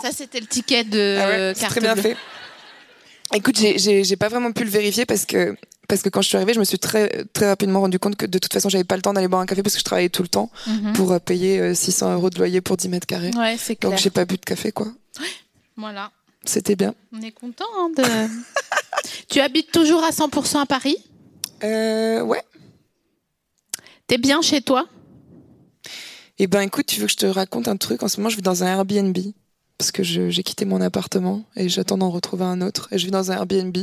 Ça, c'était le ticket de Ah ouais, euh, c'est carte très bien bleue. fait. Écoute, j'ai- j'ai j'ai pas vraiment pu le vérifier parce que parce que quand je suis arrivée, je me suis très très rapidement rendu compte que de toute façon, j'avais pas le temps d'aller boire un café parce que je travaillais tout le temps Mhm. pour euh, payer euh, 600 euros de loyer pour 10 mètres carrés. Ouais, c'est clair. Donc j'ai pas bu de café quoi. Voilà. C'était bien. On est content hein, de. tu habites toujours à 100% à Paris Euh, ouais. T'es bien chez toi Eh ben écoute, tu veux que je te raconte un truc En ce moment, je vis dans un Airbnb parce que je- j'ai quitté mon appartement et j'attends d'en retrouver un autre. Et je vis dans un Airbnb.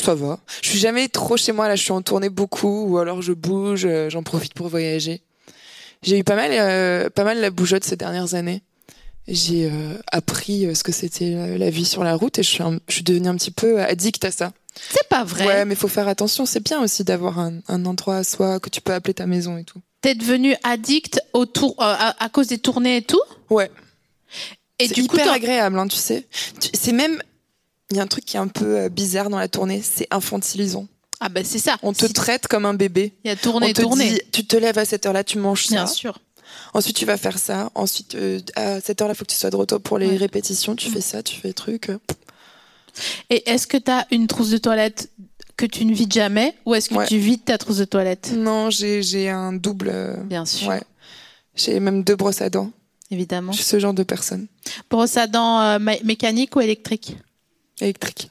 Ça va. Je suis jamais trop chez moi. Là, je suis en tournée beaucoup ou alors je bouge. euh, J'en profite pour voyager. J'ai eu pas mal, euh, pas mal la bougeotte ces dernières années. J'ai euh, appris euh, ce que c'était euh, la vie sur la route et je suis, un- je suis devenue un petit peu addict à ça. C'est pas vrai. Ouais, mais faut faire attention. C'est bien aussi d'avoir un, un endroit à soi que tu peux appeler ta maison et tout. T'es devenu addict au tour- euh, à, à cause des tournées et tout Ouais. Et c'est du coup, hyper t'en- agréable, hein, tu sais. Tu- C'est même il y a un truc qui est un peu euh, bizarre dans la tournée, c'est infantilisant. ah bah c'est ça. On te Si- traite comme un bébé. Il y a tournée On et te tournée. dit, tu te lèves à cette heure-là, tu manges Bien ça. sûr. Ensuite, tu vas faire ça. Ensuite, euh, à cette heure-là, faut que tu sois de retour pour les Ouais. répétitions. Tu Mm. fais ça, tu fais truc. Et est-ce que t'as une trousse de toilette que tu ne vides jamais ou est-ce que Ouais. tu vides ta trousse de toilette Non, j'ai j'ai un double. euh, Bien sûr, ouais. J'ai même deux brosses à dents. évidemment. Je suis ce genre de personne. Brosse à dents euh, mé- mécanique ou électrique Électrique.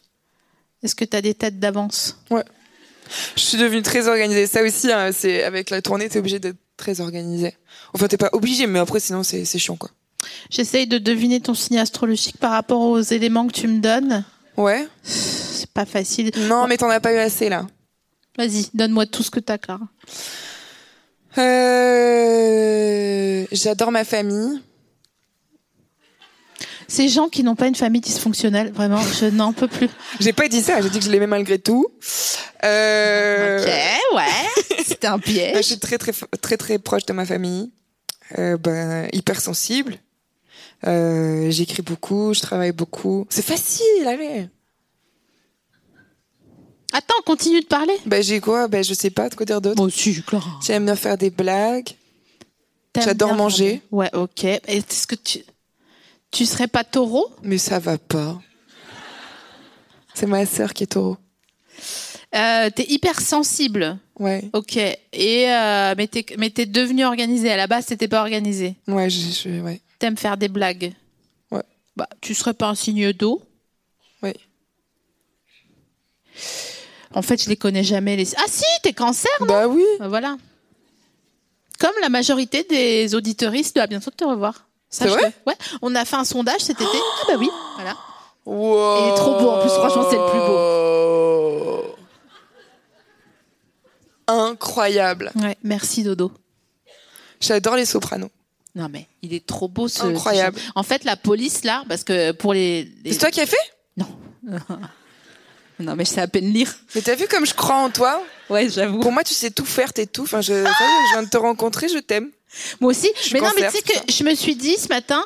Est-ce que t'as des têtes d'avance Je suis devenue très organisée. Ça aussi, hein, c'est avec la tournée, t'es obligé d'être très organisée. Enfin, t'es pas obligé, mais après, sinon, c'est c'est chiant, quoi. J'essaye de deviner ton signe astrologique par rapport aux éléments que tu me donnes. Ouais. C'est pas facile. Non, mais t'en as pas eu assez là. Vas-y, donne-moi tout ce que t'as, Clara. Euh... J'adore ma famille. Ces gens qui n'ont pas une famille dysfonctionnelle, vraiment, je n'en peux plus. J'ai pas dit ça, j'ai dit que je l'aimais malgré tout. Euh... bah, ouais, c'était un Je piège. suis très très très très, proche de ma famille. Euh, ben, hyper sensible. Euh, J'écris beaucoup, je travaille beaucoup. C'est facile, allez. Attends, continue de parler. Ben j'ai quoi Ben je sais pas de quoi dire d'autre. Moi aussi, Clara. J'aime bien faire des blagues. J'adore manger. Ouais, ok. Et Est-ce que tu... Tu serais pas taureau Mais ça va pas. C'est ma sœur qui est taureau. euh, T'es hyper sensible. Ouais, Ok. Et euh, mais t'es mais t'es devenu organisé. À la base, t'étais pas organisé. ouais, je, je- ouais. T'aimes faire des blagues. Ouais. Bah, tu serais pas un signe d'eau. Oui. En fait, je les connais jamais. Les... Ah si, t'es cancer. Bah oui. Bah, voilà. Comme la majorité des auditoristes doit bientôt te revoir. C'est Sache-le. vrai Ouais. On a fait un sondage cet été. Ah bah oui. Voilà. Wow. Il est trop beau, en plus, franchement, c'est le plus beau. Incroyable. Ouais. Merci Dodo. J'adore les sopranos. Non mais il est trop beau ce. Incroyable. ce- En fait, la police là, parce que pour les. les- C'est toi qui as fait Non mais je sais à peine lire. Mais t'as vu comme je crois en toi Ouais, j'avoue. Pour moi, tu sais tout faire, t'es tout. Enfin, je, ça y est, je viens de te rencontrer, je t'aime. Moi aussi. suis Mais non, mais cancer, tu sais tout que je me suis dit ce matin.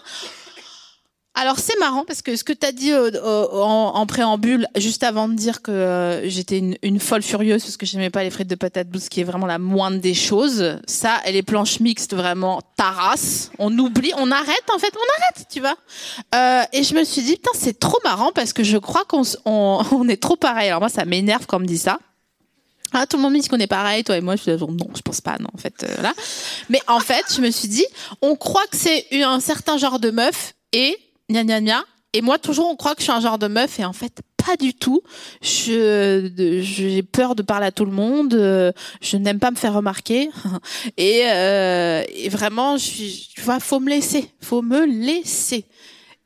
Alors c'est marrant parce que ce que tu as dit euh, euh, en, en préambule, juste avant de dire que euh, j'étais une, une folle furieuse parce que j'aimais pas les frites de patate douce, qui est vraiment la moindre des choses. Ça, et les planches mixtes, vraiment tarasse. On oublie, on arrête en fait, on arrête, tu vois. Euh, et je me suis dit putain c'est trop marrant parce que je crois qu'on s- on, on est trop pareil. Alors moi ça m'énerve quand on me dit ça. Ah, tout le monde me dit qu'on est pareil, toi et moi, je suis là, genre, non, je pense pas, non, en fait, euh, voilà. Mais en fait, je me suis dit, on croit que c'est une- un certain genre de meuf et gna gna gna. Et moi, toujours, on croit que je suis un genre de meuf et en fait, pas du tout. Je, de- j'ai peur de parler à tout le monde. euh, Je n'aime pas me faire remarquer. Et, euh, et vraiment, je suis, tu vois, faut me laisser. Faut me laisser.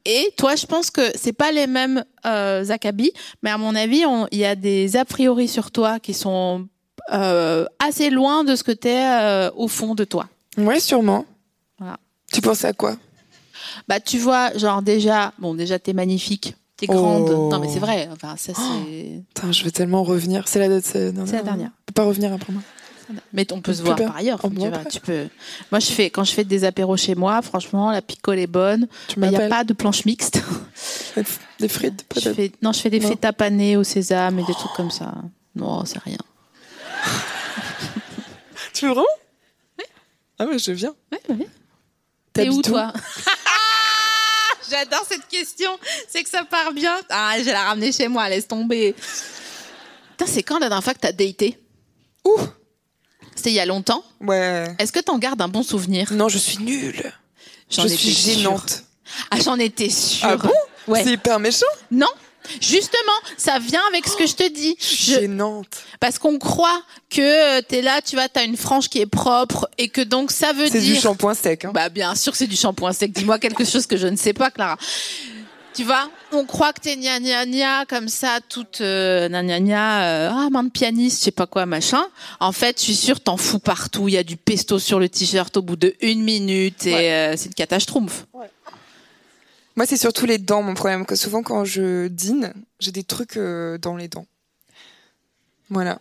Et toi, je pense que c'est pas les mêmes euh, acabits. Mais à mon avis, on- il y a des a priori sur toi qui sont euh, assez loin de ce que tu es au fond de toi. Ouais, sûrement. Voilà. Tu pensais à quoi Bah, tu vois, genre déjà, bon, déjà, t'es magnifique, t'es Oh. grande. Non, mais c'est vrai. Enfin, ça, c'est. Putain, je veux tellement revenir. C'est la, c'est- non, C'est la non, dernière. On peut pas revenir après moi. Mais on peut se Plus voir peur. par ailleurs. On tu, voit vois, après. tu peux. Moi, je fais quand je fais des apéros chez moi, franchement, la picole est bonne. Tu Il n'y Bah, a m'appelles. pas de planche mixte. Des frites, Je peut-être. fais... Non, je fais des Non. fêtes à paner au sésame et des trucs comme ça. Non, c'est rien. Tu veux vraiment Ah ouais, je viens. Ouais, ouais. T'es T'habites où toi J'adore cette question. C'est que ça part bien. Ah, je vais la ramener chez moi. Laisse tomber. Putain, c'est quand la dernière fois que t'as daté Ouh. C'était il y a longtemps. Ouais. Est-ce que t'en gardes un bon souvenir Non, je suis nulle. J'en je étais suis sûre. gênante. Ah, j'en étais sûre. Ah bon Ouais. C'est hyper méchant. Non. Justement, ça vient avec ce que je te dis. Oh, Je- Gênante. Parce qu'on croit que euh, t'es là, tu vois, t'as une frange qui est propre et que donc ça veut C'est du dire. shampoing sec. hein. Bah bien sûr que c'est du shampoing sec. Dis-moi quelque chose que je ne sais pas, Clara. Tu vois, on croit que t'es gna gna gna comme ça, toute euh, gna gna gna, euh, ah main de pianiste, je sais pas quoi, machin. En fait, je suis sûre, t'en fous partout. Il y a du pesto sur le t-shirt au bout de une minute et Ouais. euh, c'est une catastrophe. Moi, c'est surtout les dents mon problème. Parce que souvent, quand je dîne, j'ai des trucs euh, dans les dents. Voilà.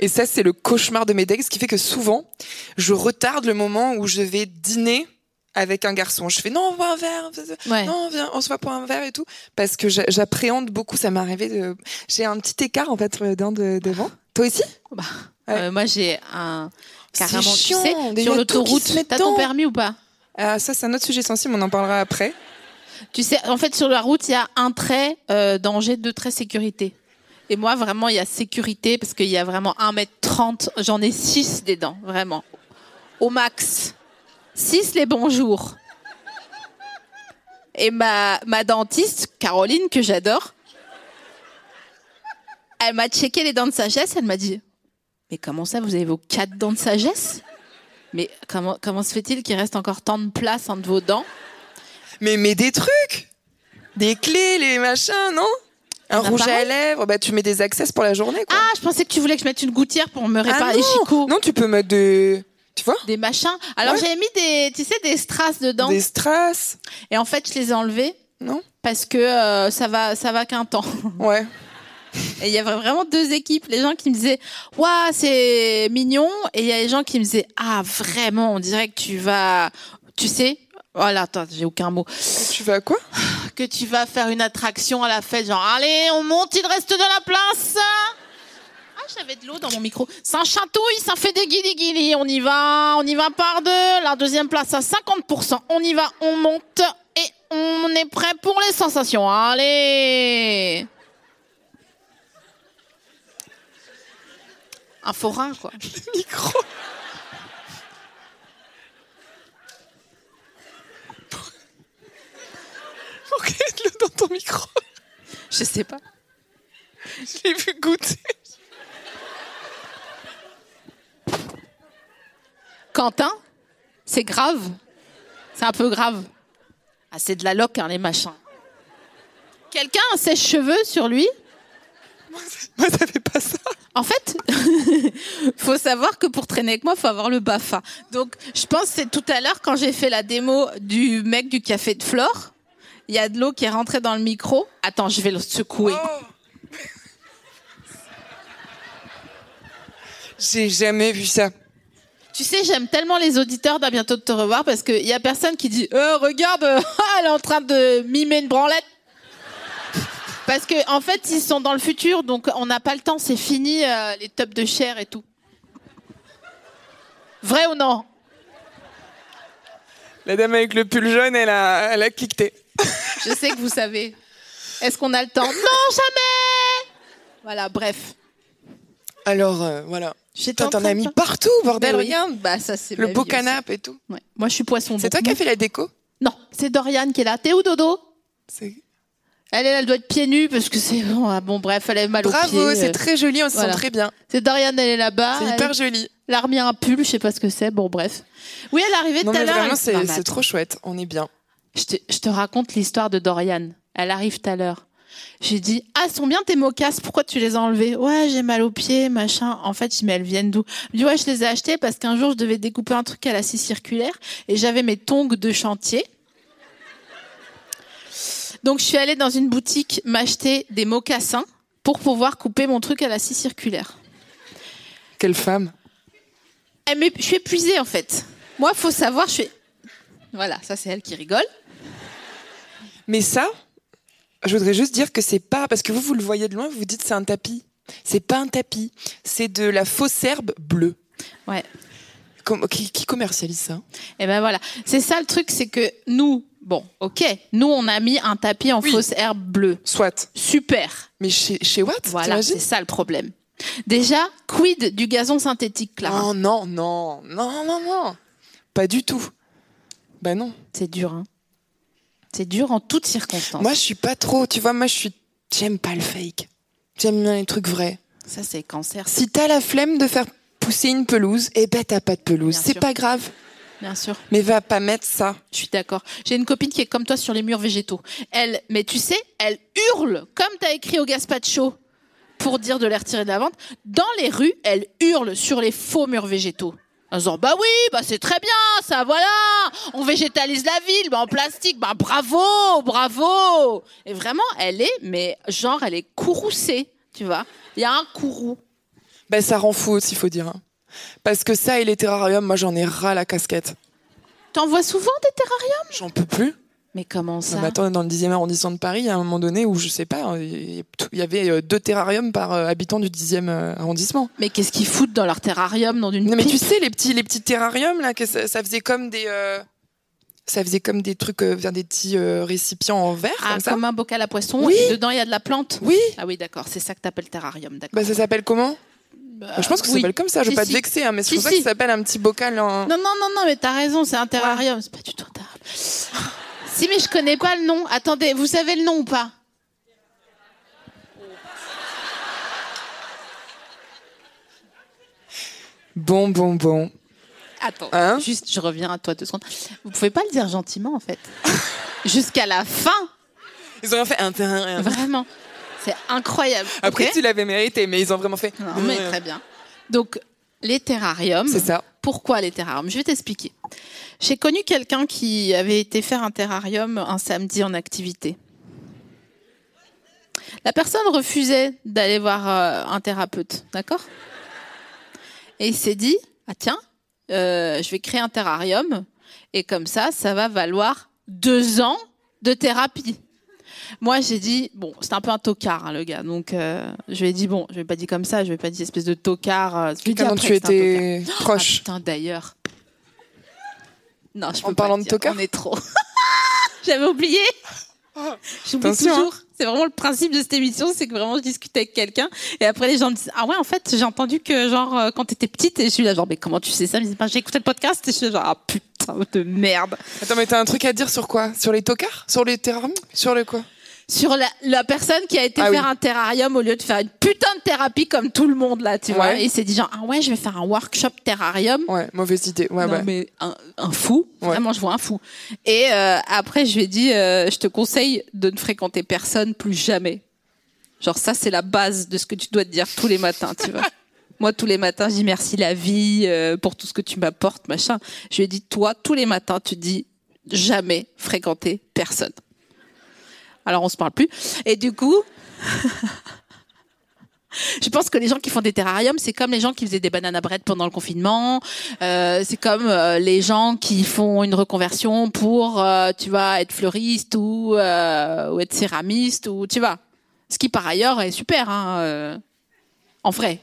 Et ça, c'est le cauchemar de mes decks, ce qui fait que souvent, je retarde le moment où je vais dîner avec un garçon. Je fais non, on boit un verre, Ouais. non, viens, on se voit pour un verre et tout. Parce que j'a- j'appréhende beaucoup, ça m'est arrivé. De... J'ai un petit écart en fait sur les dents de devant. Toi aussi Bah, Ouais. euh, moi j'ai un C'est carrément, chiant, tu sais, des sur gars tout qui l'autoroute. se mettent T'as ton dedans. permis ou pas Ah, Ça, c'est un autre sujet sensible, on en parlera après. Tu sais, en fait, sur la route, il y a un trait euh, danger, deux traits sécurité. Et moi, vraiment, il y a sécurité parce qu'il y a vraiment 1m30. J'en ai 6 des dents, vraiment. Au max. 6 les bons jours. Et ma, ma dentiste, Caroline, que j'adore, elle m'a checké les dents de sagesse. Elle m'a dit Mais comment ça, vous avez vos quatre dents de sagesse Mais comment, comment se fait-il qu'il reste encore tant de place entre vos dents Mais, mais des trucs Des clés, les machins, non Un Un rouge à appareil lèvres, bah tu mets des access pour la journée, quoi. Ah, je pensais que tu voulais que je mette une gouttière pour me réparer les chicots. Ah non, tu peux mettre des... Tu vois Des machins. Alors Ouais. j'avais mis des, tu sais, des strass dedans. Des strass, Et en fait, je les ai enlevés non parce que euh, ça va, ça va qu'un temps. Ouais. Et il y avait vraiment deux équipes. Les gens qui me disaient, waouh, c'est mignon. Et il y a les gens qui me disaient, ah, vraiment, on dirait que tu vas, tu sais. Voilà, attends, j'ai aucun mot. Tu vas à quoi Que tu vas faire une attraction à la fête, genre, allez, on monte, il reste de la place. Ah, j'avais de l'eau dans mon micro. Ça chatouille, ça fait des guili-guili. On y va, on y va par deux. La deuxième place à 50%. On y va, on monte et on est prêt pour les sensations. Allez Un forain, quoi. Micro Pourquoi le dans ton micro Je sais pas. Je l'ai vu goûter. Quentin, c'est grave. C'est un peu grave. Ah, c'est de la loque, hein, les machins. Quelqu'un a un sèche-cheveux sur lui Moi, ça fait pas ça. En fait, faut savoir que pour traîner avec moi, faut avoir le BAFA. Donc, je pense que c'est tout à l'heure quand j'ai fait la démo du mec du café de Flore. Il y a de l'eau qui est rentrée dans le micro. Attends, je vais le secouer. J'ai jamais vu ça. Tu sais, j'aime tellement les auditeurs d'à bientôt de te revoir parce qu'il y a personne qui dit euh, regarde, euh, elle est en train de mimer une branlette. Parce que en fait, ils sont dans le futur, donc on n'a pas le temps. C'est fini euh, les tops de chair et tout. Vrai ou non La dame avec le pull jaune, elle a, elle a cliqueté. Je sais que vous savez. Est-ce qu'on a le temps Non, jamais Voilà, bref. Alors euh, voilà. J'étais Putain, en t'en train as de- mis partout, bordel. Ben, regarde. regarde, bah ça c'est Le ma beau vie aussi. canapé et tout. Ouais. Moi je suis poisson. C'est donc toi qui non. as fait la déco Non, c'est Doriane qui est là. T'es où Dodo C'est- Elle est là, elle doit être pieds nus parce que c'est bon. ah bon, bref, elle a mal aux pieds. Bravo, c'est euh. très joli, on se voilà. sent très bien. C'est Doriane, elle est là-bas. C'est Elle- hyper joli. Elle a remis un pull, je sais pas ce que c'est. Bon bref. Oui, elle est arrivée tout Non à mais l'heure. vraiment, elle- Non, c'est mais c'est trop chouette, on est bien. Je te, je te raconte l'histoire de Doriane. Elle arrive tout à l'heure. J'ai dit Ah, sont bien tes mocasses, pourquoi tu les as enlevés Ouais, j'ai mal aux pieds, machin. En fait, je dis Mais elles viennent d'où Elle me dit Ouais, je les ai achetées parce qu'un jour, je devais découper un truc à la scie circulaire et j'avais mes tongs de chantier. Donc, je suis allée dans une boutique m'acheter des mocassins pour pouvoir couper mon truc à la scie circulaire. Quelle femme. Eh, mais je suis épuisée en fait. Moi, faut savoir, je suis. Voilà, ça, c'est elle qui rigole. Mais ça, je voudrais juste dire que c'est pas parce que vous vous le voyez de loin, vous vous dites c'est un tapis. C'est pas un tapis, c'est de la fausse herbe bleue. Ouais. Com- qui, qui commercialise ça Et ben voilà, c'est ça le truc, c'est que nous, bon, ok, nous on a mis un tapis en Oui. fausse herbe bleue, Soit. super. Mais chez, chez Watt, Voilà, c'est t'imagines ça le problème. Déjà, quid du gazon synthétique, Clara Non, Oh non, non, non, non, non. Pas du tout. Bah non. C'est dur, hein. C'est dur en toutes circonstances. Moi, je suis pas trop, tu vois, moi, je suis. J'aime pas le fake. J'aime bien les trucs vrais. ça c'est cancer, Si t'as la flemme de faire pousser une pelouse, eh ben t'as pas de pelouse. Bien C'est sûr. pas grave. bien sûr. Mais va pas mettre ça. Je suis d'accord. J'ai une copine qui est comme toi sur les murs végétaux. Elle, mais tu sais, elle hurle, comme t'as écrit au Gaspacho pour dire de les retirer de la vente. Dans les rues, elle hurle sur les faux murs végétaux. En disant, bah oui, bah c'est très bien, ça, voilà. On végétalise la ville, bah en plastique, bah bravo, bravo. Et vraiment, elle est, mais genre, elle est courroucée, tu vois. Il y a un courroux. Ben ça rend fou aussi, faut dire. hein. Parce que ça et les terrariums, moi j'en ai ras la casquette. T'en vois souvent des terrariums J'en peux plus. Mais comment ça Non, mais attends, dans le 10e arrondissement de Paris, à un moment donné où je sais pas, hein, il y avait euh, deux terrariums par euh, habitant du 10e euh, arrondissement. Mais qu'est-ce qu'ils foutent dans leur terrarium, dans une Non mais tu pipe sais les petits les petits terrariums là que ça, ça faisait comme des euh, ça faisait comme des trucs euh, vers des petits euh, récipients en verre Ah, comme comme, ça. un bocal à poisson. Oui. Et dedans, il y a de la plante. Oui. Ah oui, d'accord. C'est ça que t'appelles terrarium, d'accord. Bah ça s'appelle comment Bah, Je pense que ça oui. s'appelle comme ça. Je veux Si, pas te si. vexer hein, mais je Si, trouve ça si. que ça s'appelle un petit bocal en. Non, non, non, non, mais t'as raison, c'est un terrarium. C'est pas du tout un terrarium. si, mais je connais pas le nom. Attendez, vous savez le nom ou pas Bon bon bon. Attends. Hein Juste, je reviens à toi deux secondes. Vous pouvez pas le dire gentiment, en fait. Jusqu'à la fin, Ils ont rien fait un terrarium. vraiment. C'est incroyable. Ah. Après Ok tu l'avais mérité mais ils ont vraiment fait. Non, mais très bien. Donc, les terrariums. C'est ça. Pourquoi les terrariums Je vais t'expliquer. J'ai connu quelqu'un qui avait été faire un terrarium un samedi en activité. La personne refusait d'aller voir euh, un thérapeute, d'accord Et il s'est dit, ah tiens, euh, je vais créer un terrarium et comme ça, ça va valoir deux ans de thérapie. Moi, j'ai dit, bon, c'est un peu un tocard, hein, le gars. Donc, euh, je lui ai dit, bon, je ne pas dit comme ça, je ne vais pas dit espèce de tocard. euh, je lui ai dit Comment après tu que c'était un tocard. étais Ah, proche putain, d'ailleurs. Non, je En peux pas parlant le de dire, tocard On est trop. J'avais oublié. J'oublie Attention, hein. toujours. C'est vraiment le principe de cette émission, c'est que vraiment je discute avec quelqu'un et après les gens me disent ah ouais en fait j'ai entendu que genre euh, quand t'étais petite et je suis là genre mais comment tu sais ça Ils me disent, Bah, j'ai écouté le podcast et je suis genre ah putain de merde Attends mais t'as un truc à dire sur quoi Sur les tocards Sur les terrariums Sur le quoi sur la, la personne qui a été Ah faire oui. un terrarium au lieu de faire une putain de thérapie comme tout le monde là tu vois Ouais. et il s'est dit genre ah ouais je vais faire un workshop terrarium Ouais mauvaise idée. Ouais non, ouais. mais un, un fou. Ouais. Vraiment, je vois un fou. Et euh, après, je lui ai dit, euh, je te conseille de ne fréquenter personne plus jamais. Genre, ça, c'est la base de ce que tu dois te dire tous les matins, tu vois. Moi, tous les matins, je dis merci la vie euh, pour tout ce que tu m'apportes, machin. Je lui ai dit, toi, tous les matins, tu dis jamais fréquenter personne. Alors, on se parle plus. Et du coup, je pense que les gens qui font des terrariums, c'est comme les gens qui faisaient des banana bread pendant le confinement. Euh, c'est comme euh, les gens qui font une reconversion pour, euh, tu vois, être fleuriste ou, euh, ou être céramiste ou, tu vois. Ce qui, par ailleurs, est super, hein, euh, en vrai.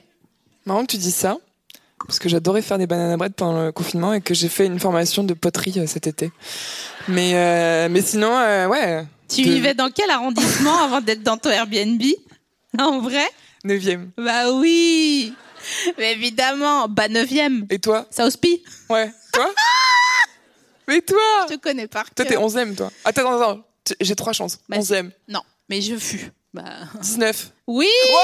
Marrant que tu dis ça, parce que j'adorais faire des bananes bread pendant le confinement et que j'ai fait une formation de poterie euh, cet été. Mais, euh, mais sinon, euh, ouais, Tu De- vivais dans quel arrondissement avant d'être dans ton Airbnb En vrai 9 Bah oui Mais évidemment, bas 9ème. Et toi South P, Ouais. Toi Mais toi je te connais par Toi, t'es cœur. 11ème, toi. Attends, attends, attends. T- J'ai trois chances. Vas-y. 11ème. Non, mais je fus. Bah... 19. Oui Oh,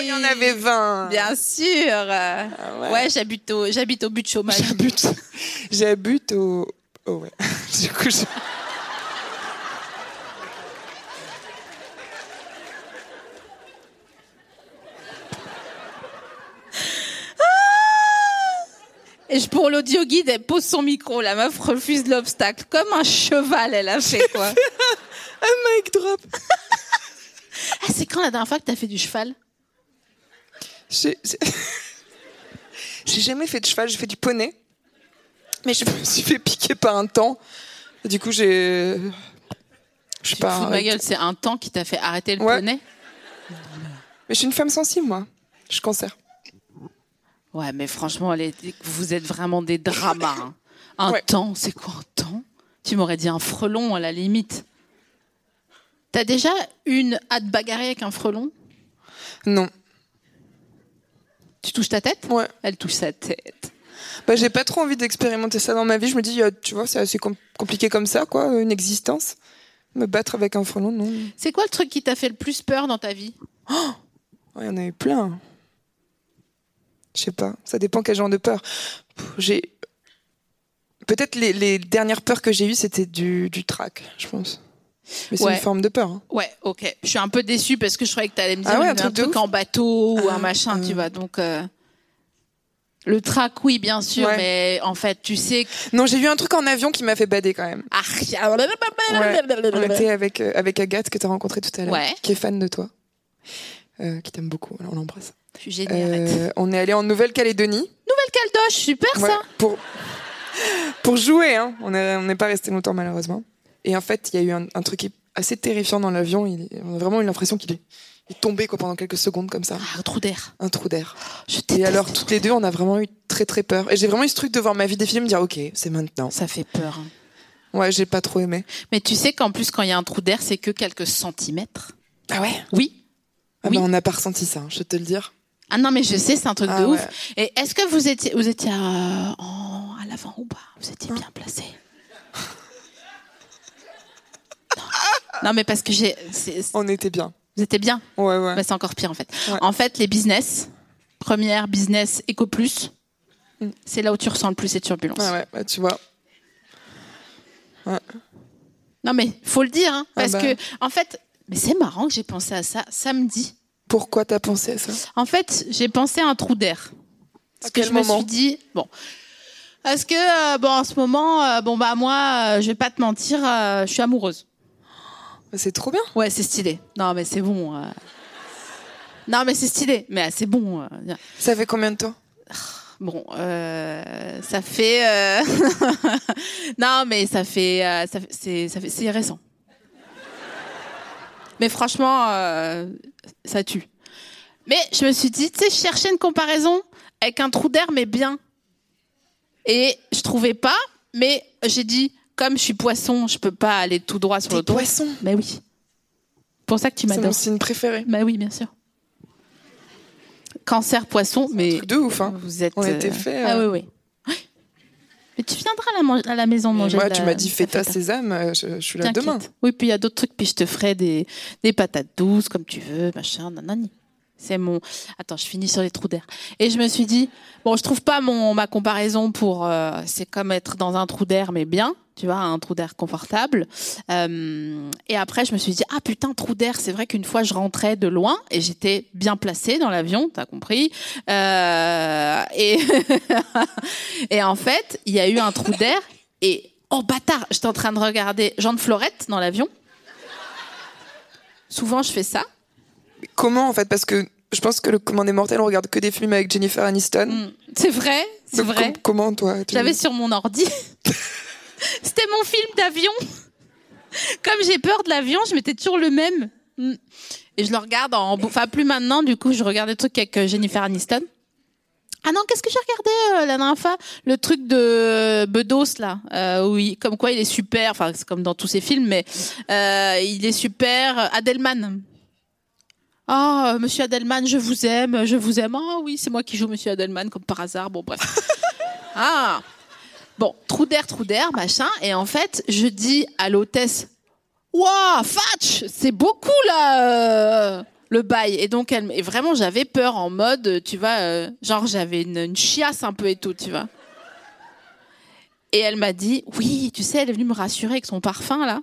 il y en avait 20. Bien sûr euh, Ah Ouais, j'habite au, j'habite au but de chômage. J'habite. J'habite au. Oh ouais. Du coup, je- Et je- pour l'audio guide, elle pose son micro. La meuf refuse l'obstacle. Comme un cheval, elle a fait quoi. un mic drop. ah, c'est quand la dernière fois que t'as fait du cheval J'ai j'ai- j'ai jamais fait de cheval, j'ai fait du poney. Mais je me suis fait piquer par un temps. Du coup, j'ai. Je sais Tu te fous pas. de ma gueule, c'est un temps qui t'a fait arrêter le Ouais. poney Mais je suis une femme sensible, moi. Je suis cancer. Ouais, mais franchement, les- vous êtes vraiment des dramas. hein. Un Ouais. temps, c'est quoi un temps Tu m'aurais dit un frelon à la limite. T'as déjà une hâte bagarrer avec un frelon Non. Tu touches ta tête Ouais. Elle touche sa tête. Bah, j'ai pas trop envie d'expérimenter ça dans ma vie. Je me dis, euh, tu vois, c'est assez com- compliqué comme ça, quoi, une existence. Me battre avec un frelon, non. Ouais, C'est quoi le truc qui t'a fait le plus peur dans ta vie Oh, Il y en a eu plein. Je sais pas. Ça dépend quel genre de peur. Pff, J'ai. Peut-être les, les dernières peurs que j'ai eues, c'était du, du trac, je pense. Mais c'est Ouais. une forme de peur. hein. Ouais, ok. Je suis un peu déçue parce que je croyais que t'allais me dire Ah ouais, un un truc truc, de ouf. en bateau ou Ah, un machin, tu euh. vois. Donc, euh, le trac, oui, bien sûr, Ouais. mais en fait, tu sais que... Non, j'ai eu un truc en avion qui m'a fait bader quand même. Ah, On était avec, euh, avec Agathe, que t'as rencontrée tout à l'heure, Ouais. qui est fan de toi, euh, qui t'aime beaucoup. Alors on l'embrasse. Je suis géniale. arrête. Euh, on est allé en Nouvelle-Calédonie. Nouvelle caldoche, super Ouais, ça pour, pour jouer, hein. on est- on n'est pas resté longtemps malheureusement. Et en fait, il y a eu un, un truc assez terrifiant dans l'avion. Il- On a vraiment eu l'impression qu'il est, il est tombé quoi, pendant quelques secondes comme ça. Ah, trou d'air. Un trou d'air. Je Et déteste alors, les toutes trous les deux, on a vraiment eu très très peur. Et j'ai vraiment eu ce truc de voir ma vie défiler, me dire ok, c'est maintenant. d'air. Ça fait peur. hein. Ouais, j'ai pas trop aimé. Mais tu sais qu'en plus, quand il y a un trou d'air, c'est que quelques centimètres. Ah ouais Oui. ah Oui. bah, On n'a pas ressenti ça, hein, je vais te le dire. Ah non, mais je sais, c'est un truc Ah de ouais. ouf. Et est-ce que vous étiez, vous étiez à, en- à l'avant ou pas Vous Hein étiez bien placé Non. Non, mais parce que j'ai. c'est- c'est- On était bien. Vous étiez bien Ouais, ouais. Bah, C'est encore pire en fait. Ouais. En fait, les business, première business éco plus, Mm. c'est là où tu ressens le plus ces turbulences. Ah ouais, bah, tu vois. Non, mais faut le dire, hein, Ah parce bah. que, en fait, mais c'est marrant que j'ai pensé à ça samedi. Pourquoi t'as pensé à ça En fait, j'ai pensé à un trou d'air. Parce que quel je moment me suis dit, bon, est-ce que, euh, bon, en ce moment, euh, bon, bah, moi, euh, je vais pas te mentir, euh, je suis amoureuse. Bah, C'est trop bien. Ouais, c'est stylé. Non, mais c'est bon. euh. Non, mais c'est stylé. Mais euh, c'est bon. euh. Ça fait combien de temps Bon, euh, ça fait. euh, non, mais ça fait. euh, ça fait- c'est, ça fait- c'est récent. Mais franchement, euh, ça tue. Mais je me suis dit, tu sais, je cherchais une comparaison avec un trou d'air, mais bien. Et je trouvais pas, mais j'ai dit, comme je suis poisson, je peux pas aller tout droit sur Des le toit. poissons. Mais oui. Pour ça que tu C'est mon m'adores. signe préféré. Bah oui, bien sûr. Cancer, poisson, mais. Truc de ouf, hein. Vous êtes. On était fait, Ah oui, euh, oui. Ouais. Mais tu viendras à la, man- à la maison Et manger. euh, Moi, de tu la- m'as dit de la feta sésame, euh, je, je suis là T'inquiète. demain. Oui, puis il y a d'autres trucs, puis je te ferai des, des patates douces comme tu veux, machin, nanani. C'est mon. Attends, je finis sur les trous d'air. Et je me suis dit, bon, je trouve pas mon, ma comparaison pour. euh, c'est comme être dans un trou d'air, mais bien, tu vois, un trou d'air confortable. Euh, et après, je me suis dit, ah putain, trou d'air, c'est vrai qu'une fois, je rentrais de loin et j'étais bien placée dans l'avion, t'as compris. Euh, et, et en fait, il y a eu un trou d'air et oh bâtard, j'étais en train de regarder Jean de Florette dans l'avion. Souvent, je fais ça. Comment en fait Parce que je pense que le commandé mortel, on regarde que des films avec Jennifer Aniston. Mm. C'est vrai, c'est Donc, vrai. com- comment toi tu- J'avais sur mon ordi. C'était mon film d'avion. Comme j'ai peur de l'avion, je mettais toujours le même. Mm. Et je le regarde en. bou- Enfin, plus maintenant, du coup, je regarde des trucs avec euh, Jennifer Aniston. Ah non, qu'est-ce que j'ai regardé euh, la dernière fois Le truc de euh, Bedos, là. euh, où il- comme quoi il est super. Enfin, c'est comme dans tous ses films, mais euh, il est super. euh, Adelman. Ah, euh, monsieur Adelman, je vous aime, je vous aime. Ah oui, c'est moi qui joue monsieur Adelman, comme par hasard. Bon, bref. ah Bon, trou d'air, trou d'air, machin. Et en fait, je dis à l'hôtesse Waouh, Fatch, c'est beaucoup là euh, le bail. Et donc, elle, et vraiment, j'avais peur en mode, tu vois, euh, genre j'avais une, une chiasse un peu et tout, tu vois. Et elle m'a dit Oui, tu sais, elle est venue me rassurer avec son parfum là.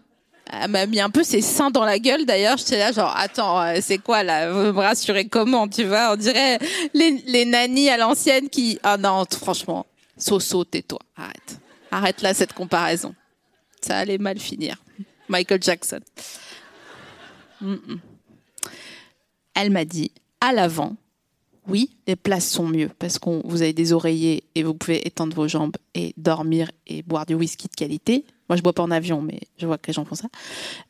Elle m'a mis un peu ses seins dans la gueule d'ailleurs. J'étais là, genre, attends, euh, c'est quoi là Vous me rassurez comment Tu vois, on dirait les, les nannies à l'ancienne qui. Ah non, t- franchement, Soso, tais-toi, arrête. Arrête là cette comparaison. Ça allait mal finir. Michael Jackson. Mm-mm. Elle m'a dit, à l'avant, oui, les places sont mieux parce qu'on vous avez des oreillers et vous pouvez étendre vos jambes et dormir et boire du whisky de qualité. Moi, je bois pas en avion, mais je vois que les gens font ça.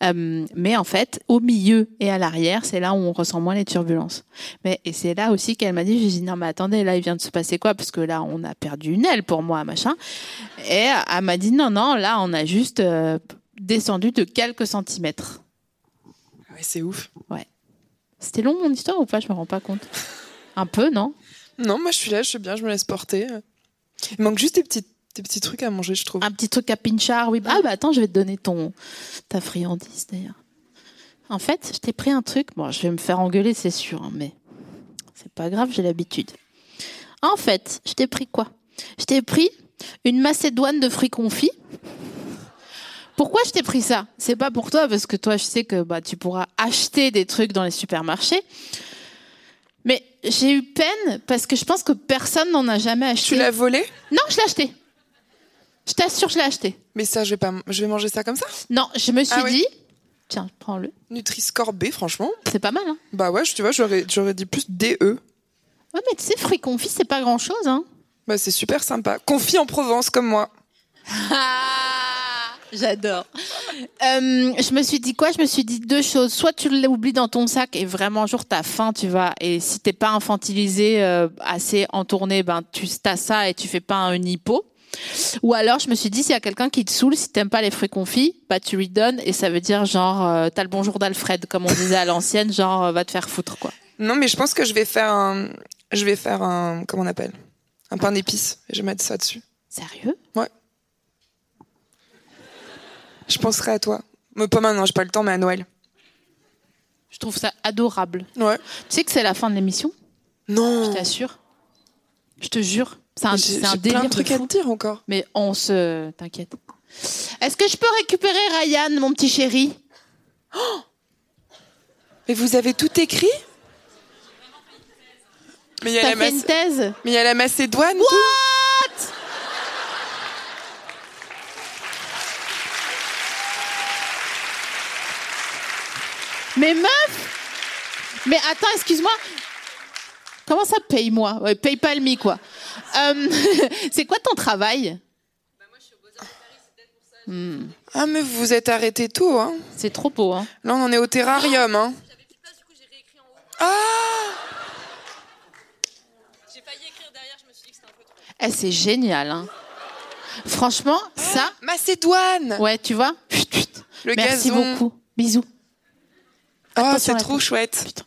Euh, mais en fait, au milieu et à l'arrière, c'est là où on ressent moins les turbulences. Mais et c'est là aussi qu'elle m'a dit, j'ai dit non mais attendez, là il vient de se passer quoi Parce que là on a perdu une aile pour moi, machin. Et elle m'a dit non non, là on a juste euh, descendu de quelques centimètres. Ouais, c'est ouf. C'était long mon histoire ou pas Je me rends pas compte. Un peu non Non, moi je suis là, je suis bien, je me laisse porter. Il manque juste des petits, des petits trucs à manger, je trouve. Un petit truc à pinchard, oui. Ah bah attends, je vais te donner ton ta friandise d'ailleurs. En fait, je t'ai pris un truc. Bon, je vais me faire engueuler, c'est sûr, hein, mais c'est pas grave, j'ai l'habitude. En fait, je t'ai pris quoi Je t'ai pris une macédoine de fruits confits. Pourquoi je t'ai pris ça C'est pas pour toi parce que toi, je sais que bah tu pourras acheter des trucs dans les supermarchés. Mais j'ai eu peine parce que je pense que personne n'en a jamais acheté. Tu l'as volé Non, je l'ai acheté. Je t'assure, je l'ai acheté. Mais ça, je vais, pas, m- je vais manger ça comme ça Non, je me suis Ah ouais. dit, tiens, prends-le. Nutri-score B, franchement. C'est pas mal, hein. Bah ouais, je- tu vois, j'aurais j'aurais dit plus E. DE. Ouais, mais tu sais, fruits confits, c'est pas grand-chose, hein. Bah c'est super sympa. Confit en Provence, comme moi. Ah, J'adore. Euh, je me suis dit quoi Je me suis dit deux choses. Soit tu l'oublies dans ton sac et vraiment un jour t'as faim, tu vas. Et si t'es pas infantilisé euh, assez en tournée, ben tu t'as ça et tu fais pas un hippo. Ou alors je me suis dit s'il y a quelqu'un qui te saoule, si t'aimes pas les fruits confits, bah tu lui donnes et ça veut dire genre euh, t'as le bonjour d'Alfred comme on disait à l'ancienne, genre euh, va te faire foutre quoi. Non, mais je pense que je vais faire un... Je vais faire un... Comment on appelle Un pain d'épices. Et je vais mettre ça dessus. Sérieux Je penserai à toi. Mais pas maintenant, j'ai pas le temps, mais à Noël. Je trouve ça adorable. Ouais. Tu sais que c'est la fin de l'émission Je Non t'assure. Je te jure. C'est un, Oh. J'ai c'est un j'ai délire plein de trucs de à fou. te dire encore. Mais on se. T'inquiète. Est-ce que je peux récupérer Ryan, mon petit chéri Mais vous avez tout écrit Mais il y a T'as la fait une Mac- thèse mais il y a la Macédoine tout. What Mais meuf Mais attends, excuse-moi. Comment ça paye-moi ouais, Paye pas le mi, quoi. Euh, c'est quoi ton travail Hmm. Ah, mais vous vous êtes arrêté tôt, hein C'est trop beau, hein Là, on en est au terrarium, hein J'ai failli écrire derrière, je me suis dit que c'était un peu trop. Eh, c'est génial, hein. Franchement, ça, Macédoine ouais, tu vois. Chut, chut. Le Merci gazon. beaucoup. Bisous. Oh, Attention à c'est la trop tête. chouette.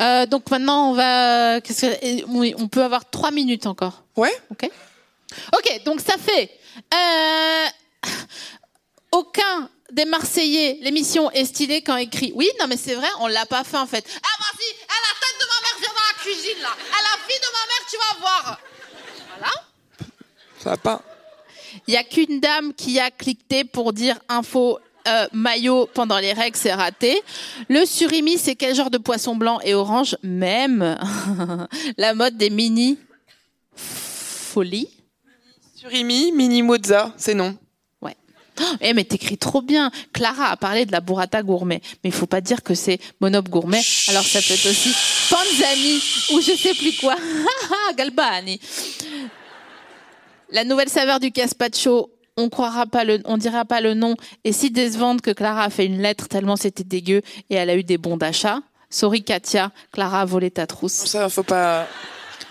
Euh, donc maintenant, on va. Qu'est-ce que et oui, On peut avoir trois minutes encore. Ouais Ok. Ok. Donc ça fait. euh, Aucun des Marseillais, l'émission est stylée quand écrit. Oui, non, mais c'est vrai, on l'a pas fait en fait. Ah vas-y, à la tête de ma mère, viens dans la cuisine là. À la fille de ma mère, tu vas voir. Ça va pas. Il n'y a qu'une dame qui a cliqué pour dire info euh, maillot pendant les règles, c'est raté. Le surimi, c'est quel genre de poisson blanc et orange Même la mode des mini folies. Surimi, mini mozza, c'est non. Eh mais t'écris trop bien. Clara a parlé de la burrata gourmet, mais il faut pas dire que c'est monop gourmet. Alors ça peut être aussi panzani ou je sais plus quoi. Galbani. La nouvelle saveur du caspacho, on croira pas le, on dira pas le nom. Et si décevante que Clara a fait une lettre tellement c'était dégueu et elle a eu des bons d'achat. Sorry Katia, Clara a volé ta Non, trousse. ça, faut pas.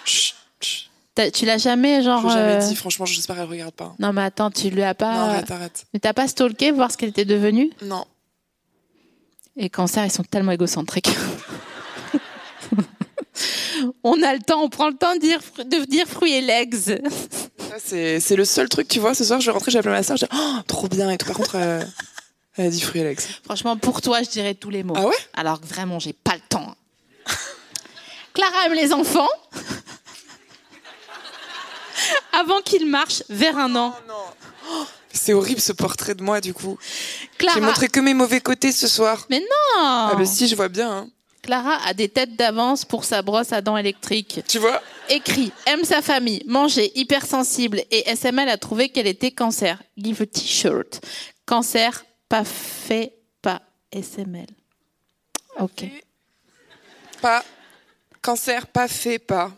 Chut, chut. T'as- Tu l'as jamais Je genre l'ai jamais euh, dit, franchement, j'espère qu'elle regarde pas. Non mais attends, tu lui as Non, pas. arrête, arrête. Mais t'as pas stalké voir ce qu'elle était devenue Non. Et cancer, ils sont tellement égocentriques. on a le temps, on prend le temps de dire, fru- de dire fruits et legs. Ça, C'est c'est le seul truc, tu vois. Ce soir, je rentrais, j'ai appelé ma soeur, j'ai dit, oh, trop bien et tout. Par contre, euh, elle a dit fruits et legs. Franchement, pour toi, je dirais tous les mots. Ah ouais Alors que vraiment, j'ai pas le temps. Clara aime les enfants. Avant qu'ils marchent vers un an. C'est horrible ce portrait de moi, du coup. Clara. Oh. J'ai montré que mes mauvais côtés ce soir. Mais non Ah, bah si, je vois bien. hein. Clara a des têtes d'avance pour sa brosse à dents électrique. Tu vois Écrit, aime sa famille, manger, hypersensible et SML a trouvé qu'elle était cancer. Give a t-shirt. Cancer, pas fait, pas SML. Ok. Pas. Cancer, pas fait, pas.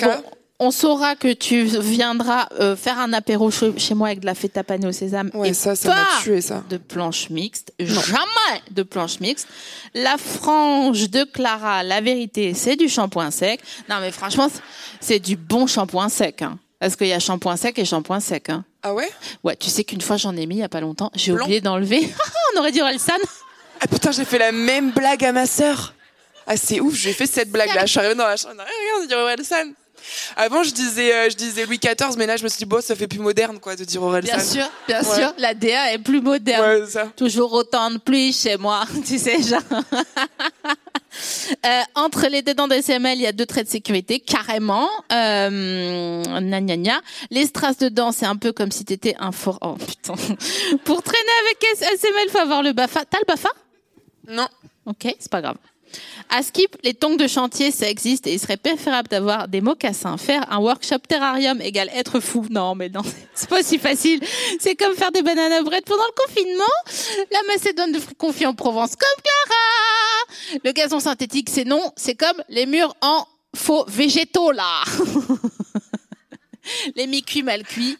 Ca- Bon, on saura que tu viendras euh, faire un apéro che- chez moi avec de la feta panée au sésame. ouais, et ça, ça m'a pas tué, ça. de planche mixte. Jamais de planche mixte. La frange de Clara, la vérité, c'est du shampoing sec. Non, mais franchement, c'est- c'est du bon shampoing sec. hein. Parce qu'il y a shampoing sec et shampoing sec. hein. Ah ouais Ouais, tu sais qu'une fois, j'en ai mis il y a pas longtemps. J'ai Blanc. oublié d'enlever. on aurait dit Orelsan. Ah putain, j'ai fait la même blague à ma sœur. Ah c'est ouf, j'ai fait cette blague là. Je suis arrivée dans la chambre, Ah, regarde, on dirait Orelsan. Avant, je disais, euh, je disais Louis XIV, mais là, je me suis dit, bon, ça fait plus moderne, quoi, de dire Orelsan. Bien sûr, bien Ouais. sûr. La DA est plus moderne. Ouais, c'est ça. Toujours autant de pluie chez moi, tu sais, genre. Euh, entre les dedans des SML, il y a deux traits de sécurité, carrément. Euh, gna gna gna. Les strass dedans, c'est un peu comme si t'étais un fort. Oh putain. Pour traîner avec S- SML, faut avoir le BAFA. T'as le BAFA Non. Ok, c'est pas grave. À Skip, les tongs de chantier, ça existe et il serait préférable d'avoir des mocassins. Faire un workshop terrarium égale être fou. Non, mais non, c'est pas si facile. C'est comme faire des bananes bread pendant le confinement. La Macédoine de fruits confits en Provence, comme Clara. Le gazon synthétique, c'est non. C'est comme les murs en faux végétaux, là. les mi-cuits mal cuits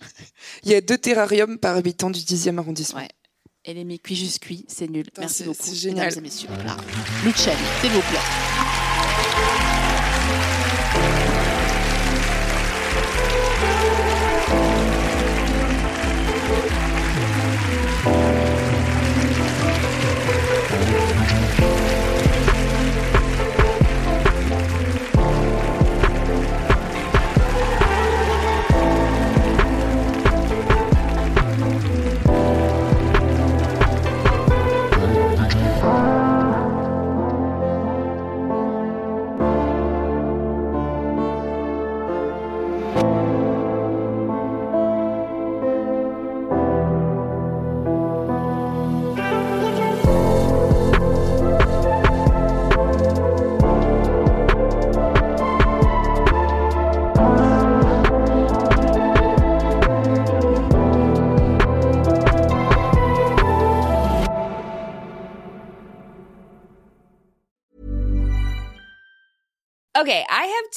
Il y a deux terrariums par habitant du 10e arrondissement. Ouais. et les mi-cuits juste cuits, c'est nul. Putain, Merci c'est- beaucoup, c'est génial. mesdames et messieurs. Clara. Luciani, s'il vous plaît. Okay, I have